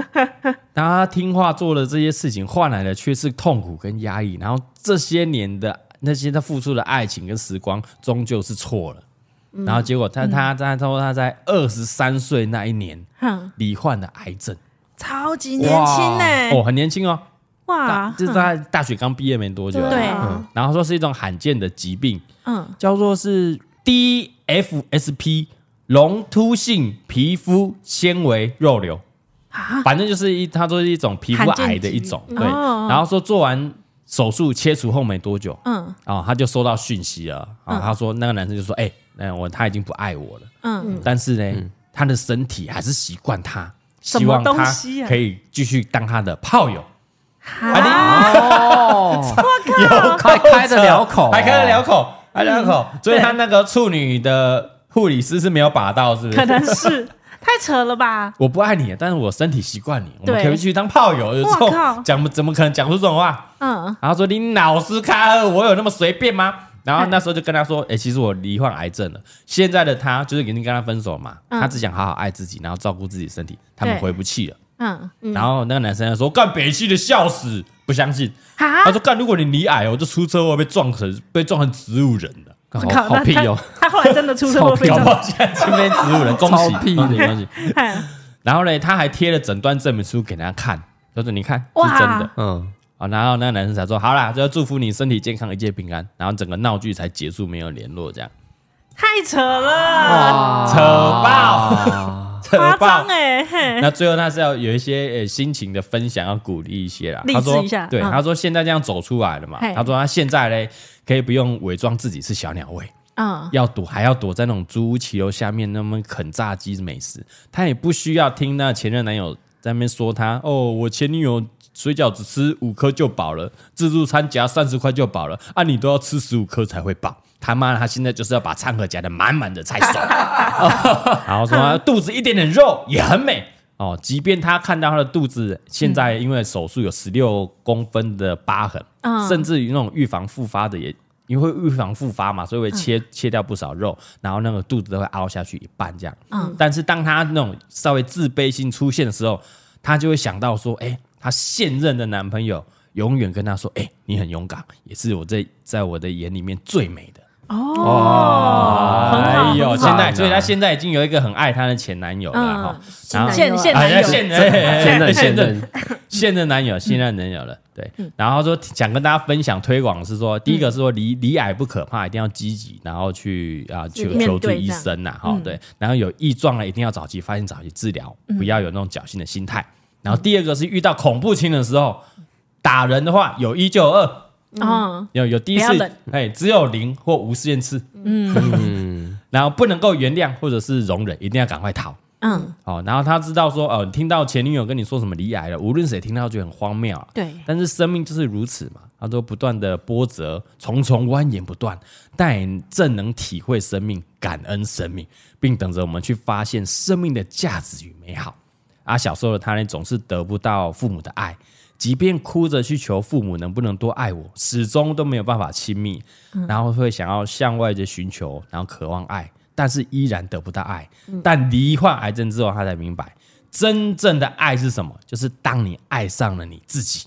S3: 然后他听话做了这些事情，换来的却是痛苦跟压抑。然后这些年的那些他付出的爱情跟时光，终究是错了。
S5: 嗯
S3: 然后结果他、他他他说他在二十三岁那一年
S5: 哼，
S3: 罹患了癌症，
S5: 超级年轻欸
S3: 哦，
S5: 呢，
S3: 很年轻哦，
S5: 哇
S3: 大，就是他大学刚毕业没多久，
S5: 对
S3: 嗯然后说是一种罕见的疾病，
S5: 嗯，
S3: 叫做是 DFSP 隆突性皮肤纤维肉瘤
S5: 啊
S3: 反正就是一，它说是一种皮肤癌的一种，对。
S5: 哦
S3: 然后说做完手术切除后没多久，
S5: 嗯
S3: 啊，他就收到讯息了，啊，他说那个男生就说，哎，那我他已经不爱我了，
S5: 嗯，
S3: 但是呢，他的身体还是习惯他，
S5: 什
S3: 希
S5: 么
S3: 望
S5: 东
S3: 他
S5: 西啊
S3: 可以继续当他的炮友。啊，你
S6: 哦，
S3: 有
S6: 还开得了口
S3: 还开得了口，还开得了口，所以他那个处女的护理师是没有把到，是不
S5: 可
S3: 是？
S5: 能是太扯了吧，
S3: 我不爱你，但是我身体习惯你，我们
S5: 对
S3: 可以去当炮友。有时
S5: 哇
S3: 候
S5: 靠
S3: 讲怎么可能讲出这种话？
S5: 嗯
S3: 然后说你老师卡尔，我有那么随便吗？然后那时候就跟他说，哎、其实我罹患癌症了。现在的他就是已经跟他分手嘛，
S5: 嗯
S3: 他只想好好爱自己，然后照顾自己身体。他们
S5: 对
S3: 回不去了。
S5: 嗯，
S3: 然后那个男生就说：“干北汽的笑死，不相信。”
S5: 啊
S3: 他说：“干，如果你离矮哦，就出车祸被撞成被撞成植物人了。”
S5: 靠，
S6: 好
S5: 那
S6: 好屁哦，
S5: 他！他后来真的出车祸被
S3: 搞
S5: 撞
S3: 不，好现在这边植物人，恭 喜
S6: 超屁
S3: 恭喜
S6: 的
S3: 恭喜！
S5: 哎
S3: 然后呢，他还贴了诊断证明书给他看，他说：“你看是
S5: 哇
S3: 真的。
S6: 嗯，”
S3: 啊，然后那个男生才说：“好啦，就要祝福你身体健康，一切平安。”然后整个闹剧才结束，没有联络，这样
S5: 太扯了，
S6: 啊
S3: 扯爆！
S5: 啊夸
S3: 扯
S5: 张
S3: 爆。
S5: 哎， 嘿
S3: 那最后他是要有一些呃心情的分享，要鼓励一些啦。
S5: 励
S3: 他
S5: 志
S3: 说
S5: 一下
S3: 对，
S5: 嗯
S3: 他说现在这样走出来了嘛，
S5: 嘿
S3: 他说他现在嘞可以不用伪装自己是小鸟胃，
S5: 嗯，
S3: 要躲还要躲在那种租屋骑楼下面那么啃炸鸡美食，他也不需要听那前任男友在那边说他哦，我前女友水饺只吃五颗就饱了，自助餐夹三十块就饱了，啊，你都要吃十五颗才会饱。他妈的，他现在就是要把餐盒夹得满满的才爽。然后说他肚子一点点肉也很美哦，即便他看到他的肚子现在因为手术有十六公分的疤痕，
S5: 嗯
S3: 甚至于那种预防复发的也。因为会预防复发嘛，所以会切、切掉不少肉，然后那个肚子都会凹下去一半这样。嗯，但是当他那种稍微自卑心出现的时候，他就会想到说，哎、他现任的男朋友永远跟他说，哎、你很勇敢，也是我在在我的眼里面最美的。
S5: 哦，很好，
S3: 哎呦，
S5: 很
S3: 现
S5: 好
S3: 在所以她现在已经有一个很爱她的前男友了哈
S5: 嗯，
S3: 然后
S4: 现
S5: 现现
S3: 啊
S5: 男友嗯
S3: 现 任 现任现任
S6: 现任
S3: 现任男友现任男友了，对，然后说想跟大家分享推广是说，第一个是说离离矮不可怕，一定要积极，然后去啊求
S5: 嗯面
S3: 求助
S5: 对
S3: 医
S5: 这样嗯
S3: 生呐，哈，对，然后有异状了一定要早期发现、早期治疗，不要有那种侥幸的心态。然后第二个是遇到恐怖情人的时候，打人的话有一就有二，
S5: 嗯，
S3: 有有第一
S5: 不要
S3: 次
S5: 忍，
S3: 哎，只有零或无事件次，嗯，然后不能够原谅或者是容忍，一定要赶快逃。
S5: 嗯，
S3: 哦，然后他知道说，哦，听到前女友跟你说什么离癌了，无论谁听到就很荒谬啊。
S5: 对
S3: 但是生命就是如此嘛，他说不断的波折，重重蜿蜒不断，但正能体会生命，感恩生命，并等着我们去发现生命的价值与美好。啊，小时候的他呢，总是得不到父母的爱，即便哭着去求父母能不能多爱我，始终都没有办法亲密，然后会想要向外的寻求，然后渴望爱，但是依然得不到爱。但罹患癌症之后，他才哦明白，真正的爱是什么，就是当你爱上了你自己，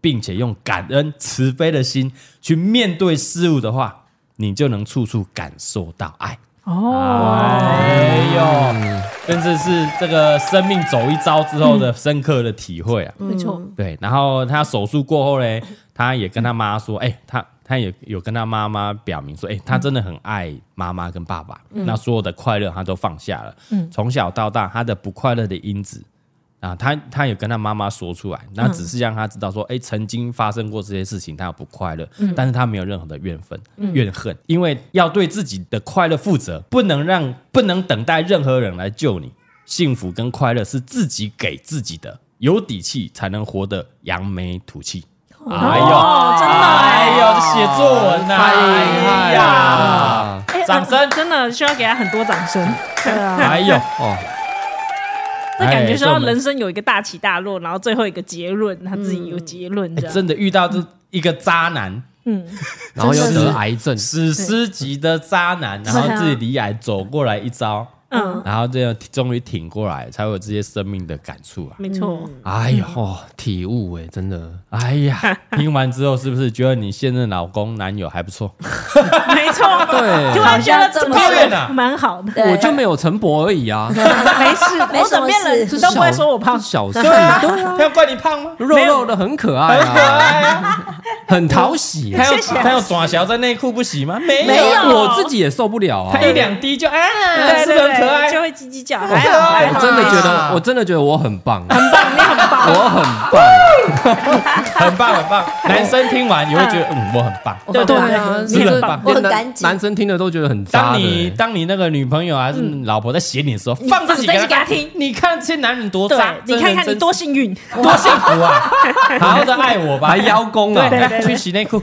S3: 并且用感恩慈悲的心去面对事物的话，你就能处处感受到爱。啊哦，哎呦，甚至是这个生命走一遭之后的深刻的体会啊。
S5: 没错，
S3: 对，然后他手术过后嘞，他也跟他妈说，哎、他他也有跟他妈妈表明说，哎、他真的很爱妈妈跟爸爸，那所有的快乐他都放下了，从小到大他的不快乐的因子。啊，他他也跟他妈妈说出来，
S5: 嗯
S3: 那只是让他知道说，哎、曾经发生过这些事情，他有不快乐，
S5: 嗯
S3: 但是他没有任何的怨愤、怨恨，因为要对自己的快乐负责，不能让不能等待任何人来救你，幸福跟快乐是自己给自己的，有底气才能活得扬眉吐气。哎呦，
S5: 哦，真的
S3: 哎
S5: 哎，
S3: 呦，这写作文呐、哎呀，
S6: 啊！
S3: 掌声，
S5: 哎嗯真的需要给他很多掌声。
S3: 哎呦，
S6: 哦，
S5: 这感觉是
S3: 哎
S5: 要
S3: 这我们
S5: 人生有一个大起大落，然后最后一个结论，他自己有结论这
S3: 哎
S5: 样。
S3: 真的遇到这一个渣男，
S6: 然后又
S4: 真的是
S6: 得癌症，
S3: 史诗级的渣男，然后自己离癌走过来一遭，
S5: 嗯，
S3: 然后这样终于挺过来，才有这些生命的感触啊！
S5: 没错，
S6: 哎呦，哦，体悟哎，真的，
S3: 哎 呀，听完之后是不是觉得你现任老公男友还不错？
S5: 没错，
S6: 对
S5: 突然觉得怎么
S3: 好像这么啊说
S5: 蛮好的，
S4: 对
S6: 我就没有陈博而已啊，
S5: 没事，
S4: 没什
S5: 我枕
S4: 么事
S5: 边人都不会说我胖
S6: 这，小 事，
S3: 啊，他要怪你胖吗？
S6: 肉肉的很可爱啊， 很讨喜。啊
S3: 他要他要抓小在内裤不洗吗？没
S5: 没有嗯
S6: 我自己也受不了啊
S3: 他！一两滴就啊，
S5: 对
S3: 是不
S5: 对
S3: 是很可爱啊
S5: 对，？就会叽叽叫，还好还
S6: 我
S5: 好，
S6: 真的觉得，我真的觉得我很棒，很棒，你很棒， 我很棒。
S3: 很棒，很棒。男生听完也会觉得，嗯，我很棒。
S5: 对对
S4: 对
S5: 对，
S3: 你很棒
S4: 我很
S6: 连
S4: 干净
S6: 男生听了都觉得很渣
S3: 当
S6: 的
S3: 你
S6: 欸。
S3: 当你那个女朋友还是老婆在嫌你的时候，放自己
S5: 放自己
S3: 给
S5: 给
S3: 她
S5: 她
S3: 听
S5: 听。
S3: 你看这些男人多
S5: 对
S3: 渣，，
S5: 你
S3: 真
S5: 看
S3: 的
S5: 看你
S3: 真
S5: 多幸运，
S3: 多幸福啊！好好的爱我吧，
S6: 还邀功啊
S5: 对对
S3: 对，哎去洗内 裤。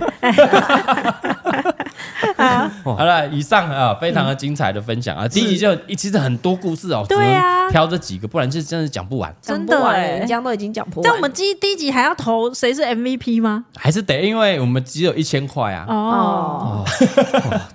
S3: 好了，以上啊，非常的精彩的分享啊，第一集就其实很多故事哦，只能
S5: 嗯对啊
S3: 挑这几个，不然就真的讲不完。
S5: 真
S4: 讲
S5: 的
S4: 不完了
S5: 哎
S4: 欸你。这样都已经讲破完了。
S5: 但我们第一第一集还要投谁是 MVP 吗？
S3: 还是得，因为我们只有一千块啊。
S5: 哦，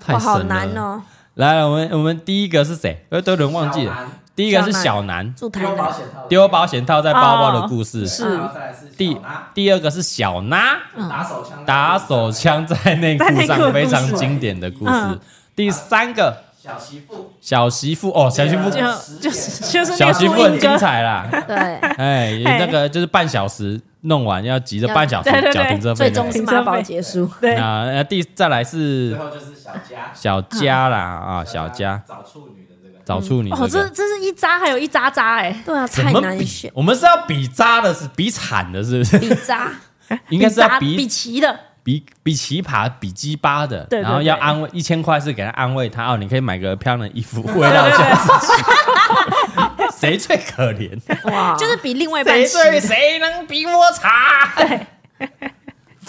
S6: 太
S4: 哇
S6: 神了
S4: 好难。哦，
S3: 来，我们我们第一个是谁？呃，都有人忘记
S7: 小
S3: 了
S7: 南。
S3: 第一个是小南
S4: 住台南
S7: 险套
S3: 丢保险套在包包的故事，
S5: 是
S7: 再来是
S3: 第第二个是小娜
S7: 打手枪
S3: 打手枪在内裤
S5: 在内裤
S3: 上
S5: 的
S3: 非常
S5: 故事
S3: 经典的故事
S5: 嗯。
S3: 第三个
S7: 小媳妇，
S3: 小媳妇哦，小媳妇
S5: 就就是就是那
S3: 小
S5: 个
S3: 媳妇
S5: 朱
S3: 很
S5: 茵
S3: 精
S5: 哥，
S3: 彩啦，
S4: 对，
S3: 哎，那个就是半小时弄完要急着半小时
S5: 对对对
S3: 缴停车费
S4: 最
S3: 那
S4: 终
S3: 个。
S4: 是妈宝结束。
S5: 对，
S3: 啊，呃第再来是
S7: 后就是小佳
S3: 小佳啦啊，小佳。
S7: 找处女的这个，
S3: 找出你、这个
S5: 哦，这这是一扎还有一扎扎哎，
S4: 对啊，
S3: 怎
S4: 太
S3: 么
S4: 难
S3: 比
S4: 选，
S3: 我们是要比渣的，是比惨的，是不是？
S4: 比渣，
S3: 应该是要
S5: 扎
S3: 比
S5: 比齐的，
S3: 比比奇葩、比鸡巴的，
S5: 对对
S3: 然后
S5: 对
S3: 要安慰一千块是给他安慰他哦，你可以买个漂亮的衣服慰劳一下自己。 谁最可怜？
S4: 哇，
S5: 就是比另外一半
S3: 谁
S5: 齐
S3: 最谁能比我差？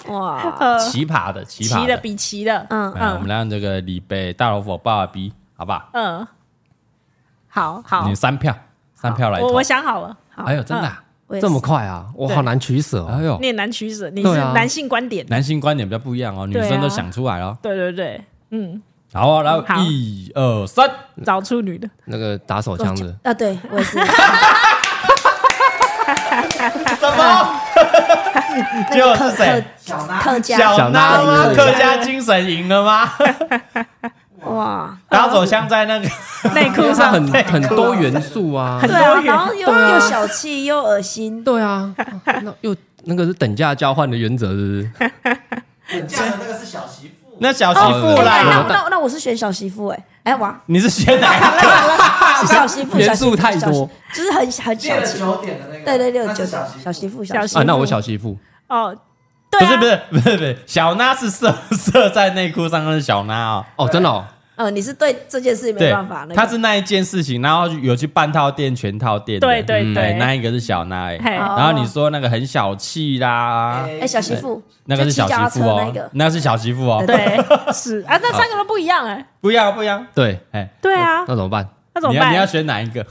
S4: 哇，
S5: 呃
S3: 奇葩 的，奇葩
S5: 齐
S3: 的
S5: 的，比齐的，
S4: 嗯
S3: 嗯，我们让这个李贝大老虎爸爸比，好不好？
S5: 嗯，好好
S3: 你，三票，三票来
S5: 我
S3: 投
S5: 我。想好了，
S3: 哎呦，真的啊，
S4: 我也是
S6: 这么快啊，我好难取舍
S3: 哎
S6: 哦。
S3: 呦
S5: 你，也难取舍，你是
S6: 对啊
S5: 男性观点，
S3: 男性观点比较不一样哦，女
S5: 对啊
S3: 生都想出来了。
S5: 对对对，嗯，
S3: 好哦，然
S5: 好
S3: 后一二 三，
S5: 找出女的，
S6: 那个打手枪的，
S4: 啊，对我 也是，
S3: 什么？ 结果是谁？
S4: 客家，
S3: 小娜吗？
S6: 小娜
S3: 客家精神赢了吗？
S4: 哇，
S3: 打手枪在那个，
S5: 内
S6: 因
S5: 裤
S6: 为它
S5: 上
S6: 很很多元素啊，
S4: 对啊，然
S3: 嗯
S4: 后又又小气又恶心，
S6: 对啊，那又那个是等价交换的原则，是不是？
S3: 那小媳妇
S6: 不
S4: 哎那
S3: 啦，
S5: 哦
S4: 那那我是选小媳妇哎，哎哇，
S3: 你是选哪个？
S4: 是小媳妇，
S6: 元
S4: 小媳
S6: 素
S4: 妇
S6: 太多
S4: 小媳妇就是很很小气，
S7: 九点的那个，
S4: 对对六
S7: 那
S4: 九
S7: 是
S4: 小媳妇
S5: 小
S4: 小
S5: 媳妇
S4: 媳妇
S6: 啊，那我小媳妇
S5: 哦， 对
S3: 不
S5: 啊
S3: 是不是不是不是，小娜是 射射在内裤上，那是小娜哦。
S6: 哦，真的哦，
S4: 嗯，你是对这件事没
S3: 对
S4: 办法，那，个
S3: 她是那一件事情，然后有去半套店、全套店的。
S5: 对对
S3: 嗯
S5: 对
S3: 哎那一个是小娜哎。
S5: 嘿
S4: 哦
S3: 然后你说那个很小气啦，
S4: 哎小媳妇，
S3: 那个是小媳妇
S4: 就骑脚踏车
S3: 哦
S4: 那个，
S3: 那是小媳妇哦。，
S5: 对，是啊，那三个都不一样哎、
S3: 不要不要，
S6: 对，
S3: 哎，
S5: 对啊，
S6: 那怎么办？
S5: 那怎
S3: 你
S5: 么
S3: 要
S5: 办？
S3: 你要选哪一个？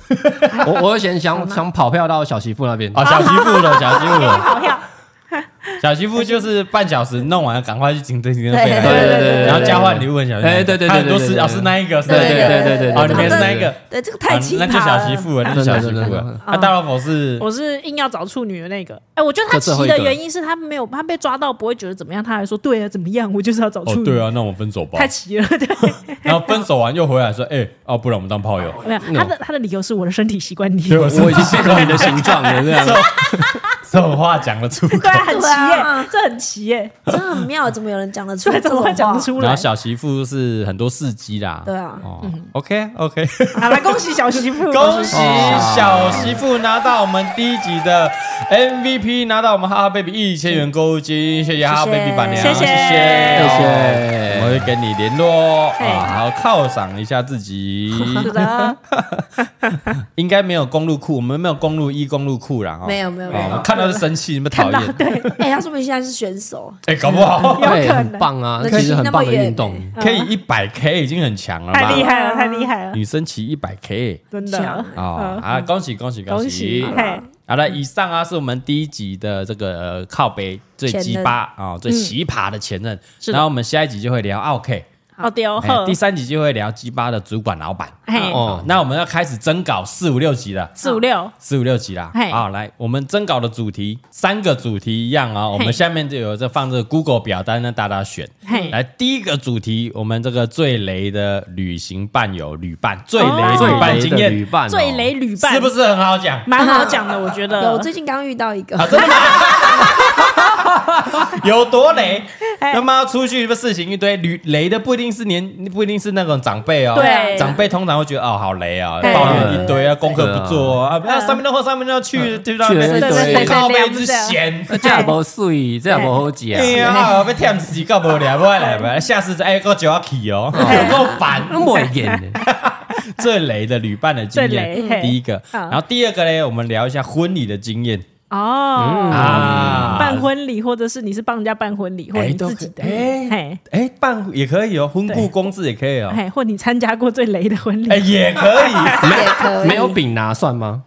S6: 我我先想想跑票到小媳妇那边，
S3: 哦，小媳妇的小媳妇的。
S5: 好票，
S3: 小媳妇就是半小时弄完，赶快去警政局那边，
S4: 对对
S6: 对对对对
S3: 然后交换礼物，小媳妇，
S6: 哎对对对对
S3: 她很多
S6: 对
S3: 事
S6: 对
S3: 哦，是那一个，是
S6: 对
S3: 那一
S6: 对
S3: 个，
S6: 对对对，
S3: 哦，你
S6: 对
S3: 们也是那一，
S6: 对
S3: 个
S4: 对
S6: 对，
S4: 这个太奇葩
S3: 哦
S4: 了，
S3: 那就小媳妇了，那就小媳
S6: 真的
S3: 妇
S6: 真的
S3: 了。啊，大老虎是
S5: 我是硬要找处女的那个。哎、我觉得他
S6: 这最后
S5: 骑
S6: 一
S5: 的
S6: 个
S5: 原因是他没有他被抓到不会觉得怎么样，他还说对啊怎么样，我就是要找
S3: 哦
S5: 处女。，
S3: 对啊，那我们分手吧
S5: 太。骑了， 对，
S3: 然后分手完又回来说，哎，哦，不然我们当炮友。
S5: 没有他的他的理由是我的身体习惯你，
S3: 对，我啊
S6: 我已经变成你的形状了，这样
S3: 这这种话讲得出口。
S5: 对啊，很骑
S4: 对
S5: 耶、
S4: 啊
S5: 这很骑耶、
S4: 真的很妙，怎么有人讲得 出
S5: 对，
S4: 这
S5: 怎
S4: 种
S5: 么
S4: 话
S5: 会？讲得出
S3: 然
S5: 来
S3: 后？小媳妇是很多事迹啦，
S4: 对啊
S3: 哦，OK OK，
S5: 好，来恭喜小媳 妇，
S3: 恭喜小媳妇拿到我们第一集的 MVP，拿到我们哈哈 baby 一千元购物金，谢谢哈哈
S4: 谢谢
S3: baby 板娘，
S5: 谢谢
S3: 谢啊
S6: 谢谢
S3: 我会跟你联络哦
S5: 嘿
S3: 啊，好犒赏一下自己，
S4: 是
S3: 哦
S4: 的，
S3: 应该没有公路库，我们没有公路一、公路库啦，哦
S4: 没有没有没
S3: 哦
S4: 有
S3: 我，看到就生气，你们讨厌，
S4: 哎，他说明现在是选手，
S3: 哎，搞不好
S5: 有可能
S6: 对，很棒啊，
S4: 那
S6: 其实
S4: 骑
S6: 很
S4: 那么
S6: 棒的
S4: 远
S6: 运动，
S4: 呢
S3: 可以一百 K 已经很强了
S5: 嗯太厉
S3: 吧？
S5: 害了，太厉害了，
S3: 女生骑一百 K
S5: 真
S4: 强
S5: 的
S3: 啊啊！恭喜恭喜
S5: 嗯恭
S3: 恭
S5: 喜
S3: 喜！！
S5: 嘿，
S3: 好了，以上啊是我们第一集的这个、呃、靠背最鸡巴啊、最奇葩的前任，
S5: 是的
S3: 然后我们下一集就会聊啊 OK，、
S5: 好丢
S3: 哎
S5: 嗯哦呵哎
S3: 第，三集就会聊鸡巴的主管老板。
S5: 嘿，
S3: 哦，那我们要开始征稿四五六集了，
S5: 四五六，
S3: 四五六集啦。
S5: 嘿
S3: 好，来，我们征稿的主题三个主题一样啊、我们
S5: 嘿
S3: 下面就有这放这个 Google 表单让大家选。
S5: 嘿
S3: 来，第一个主题，我们这个最雷的旅行伴友旅伴，最雷
S5: 哦
S6: 最
S3: 旅伴
S6: 雷
S3: 经
S6: 的
S3: 验
S6: 旅，伴哦，
S5: 最雷旅伴
S3: 是不是很好讲？
S5: 蛮好讲的，我觉得。
S4: 有我最近刚遇到一
S3: 啊
S4: 个，
S3: 有多雷？
S5: 哎
S3: 他妈出去的事情一堆，雷雷的不一定是年，不一定是那种长辈哦。
S5: 对
S3: 长辈通常会觉得哦，好雷啊，
S5: 哎
S3: 抱怨一堆啊，功课不做啊，啊，那上面的或上面要去，对不
S6: 啊去了
S3: 对？
S6: 一堆
S3: 谁靠
S5: 对
S3: 背
S5: 对
S3: 之
S5: 对
S3: 嫌。
S6: 这样不水，这样不好吃
S3: 哎
S6: 啊，
S3: 呀，被舔自己搞不了，不会来吧？下次再哎，我就要去哦，有够烦。
S6: 那么严的，
S3: 最雷的旅伴的经
S5: 最雷嗯
S3: 验，
S5: 嘿
S3: 第一个，
S5: 好
S3: 然后第二个呢，我们聊一下婚礼的经验
S5: 哦，
S3: 啊，
S5: 办婚礼，或者是你是帮人家办婚礼，或者你自己的，
S3: 哎
S5: 嘿，
S3: 哎，办也可以哦，婚顾公制也可以哦，
S5: 嘿，哎或你参加过最雷的婚 礼
S3: 哎，，也可以，
S4: 也可以，
S6: 没有饼拿算吗？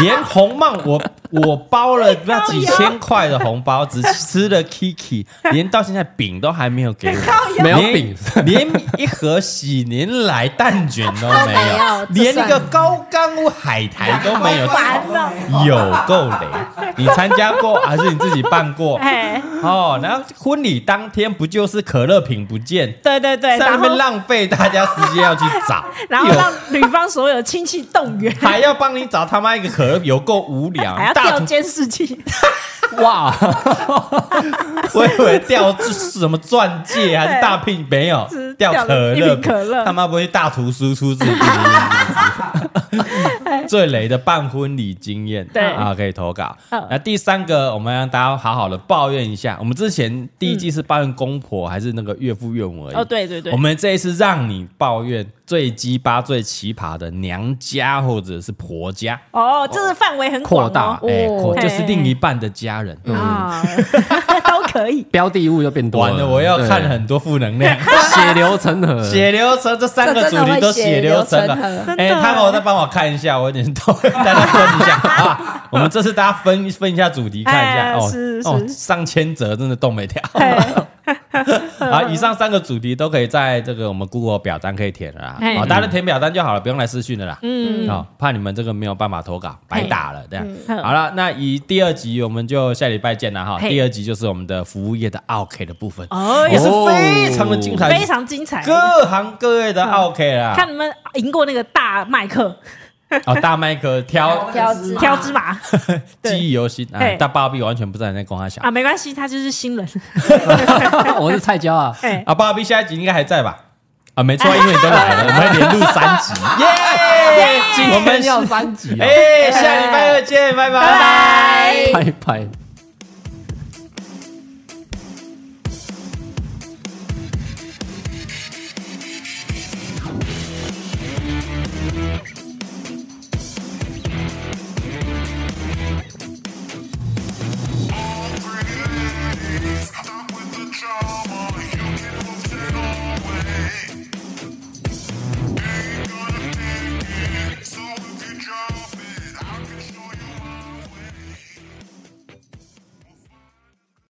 S3: 连红帽我我包了那几千块的红包，只吃了 Kiki，连到现在饼都还没有给我，
S6: 没有饼，
S3: 连连一盒喜年来蛋卷都没
S4: 没有
S3: 有，
S4: 这
S3: 连一
S4: 算
S3: 个高干屋海苔都没有，有够雷！你参加过还是你自己办过？
S5: 哎，
S3: 哦，然后婚礼当天不就是可乐瓶不见？
S5: 对对
S3: 在
S5: 对，
S3: 那
S5: 然
S3: 边
S5: 后
S3: 浪费大家时间要去找，
S5: 然后
S3: 有
S5: 让女方所有亲戚动员，
S3: 还要帮你找他妈一个可乐，有够无聊。
S5: 还要
S3: 大
S5: 调
S3: 图
S5: 监视器，
S6: 哇，
S3: 啊我以为掉是什么钻戒还是大聘，没有，
S5: 是
S3: 掉
S5: 掉
S3: 可
S5: 了一
S3: 乐
S5: 瓶可乐
S3: 他妈不会大图输出 自己的名字最雷的办婚礼经验，
S5: 对
S3: 啊，可以投稿。
S5: 嗯
S3: 那第三个，我们让大家好好的抱怨一下。我们之前第一季是抱怨公婆还是那个岳父岳母而已。
S5: 哦，对对对
S3: 哎我，们这一次让你抱怨最鸡巴、最奇葩的娘家或者是婆家，
S5: 哦，这是范围很广
S6: 扩大
S5: 哦
S3: 哎、
S4: 哦
S3: 就是另一半的家人。
S5: 啊， 都可以。
S6: 标的物又变多
S3: 完了，我要看
S6: 很
S3: 很多负能量。
S6: 血流成河，
S3: 血流成这三个主题都血流成
S4: 这真的会血流
S3: 了
S4: 成。
S3: 哎、他我再帮我看一下，我有点痛，大家分一 下啊。我们这次大家分分一下主题，看一下、
S5: 哎
S3: 哦
S5: 是是
S3: 哦，上千则真的动没掉。
S5: 哎
S3: 啊，以上三个主题都可以在这个我们 Google 表单可以填了啦。
S5: 哎
S3: 好、大家填表单就好了，不用来私讯了啦。
S5: 嗯，
S3: 哦，怕你们这个没有办法投稿，白打了这样。
S5: 嗯
S3: 好了，那以第二集我们就下礼拜见了哈。
S5: 嘿
S3: 第二集就是我们的服务业的 OK 的部分，
S5: 哦，
S3: 也
S5: 也
S3: 是
S5: 是
S3: 非常的精彩，
S5: 非常精彩。
S3: 各行各业的 OK 啦。
S5: 看你们赢过那个大麦克
S3: 哦，大麦克挑
S4: 挑子 嘛
S5: 挑芝麻
S3: 记忆犹新，哎，
S5: 嘿
S3: 大芭比完全不知道你在跟他想
S5: 啊，没关系，他就是新人。
S6: 我是菜椒啊，
S5: 哎，
S3: 啊，芭比下一集应该还在吧？啊，没错，因为你都来了，我 们连录三集，耶！我
S6: 今
S3: 们
S6: 天要三集啊，
S3: 哎，下礼拜二见，拜拜。
S6: 拜拜。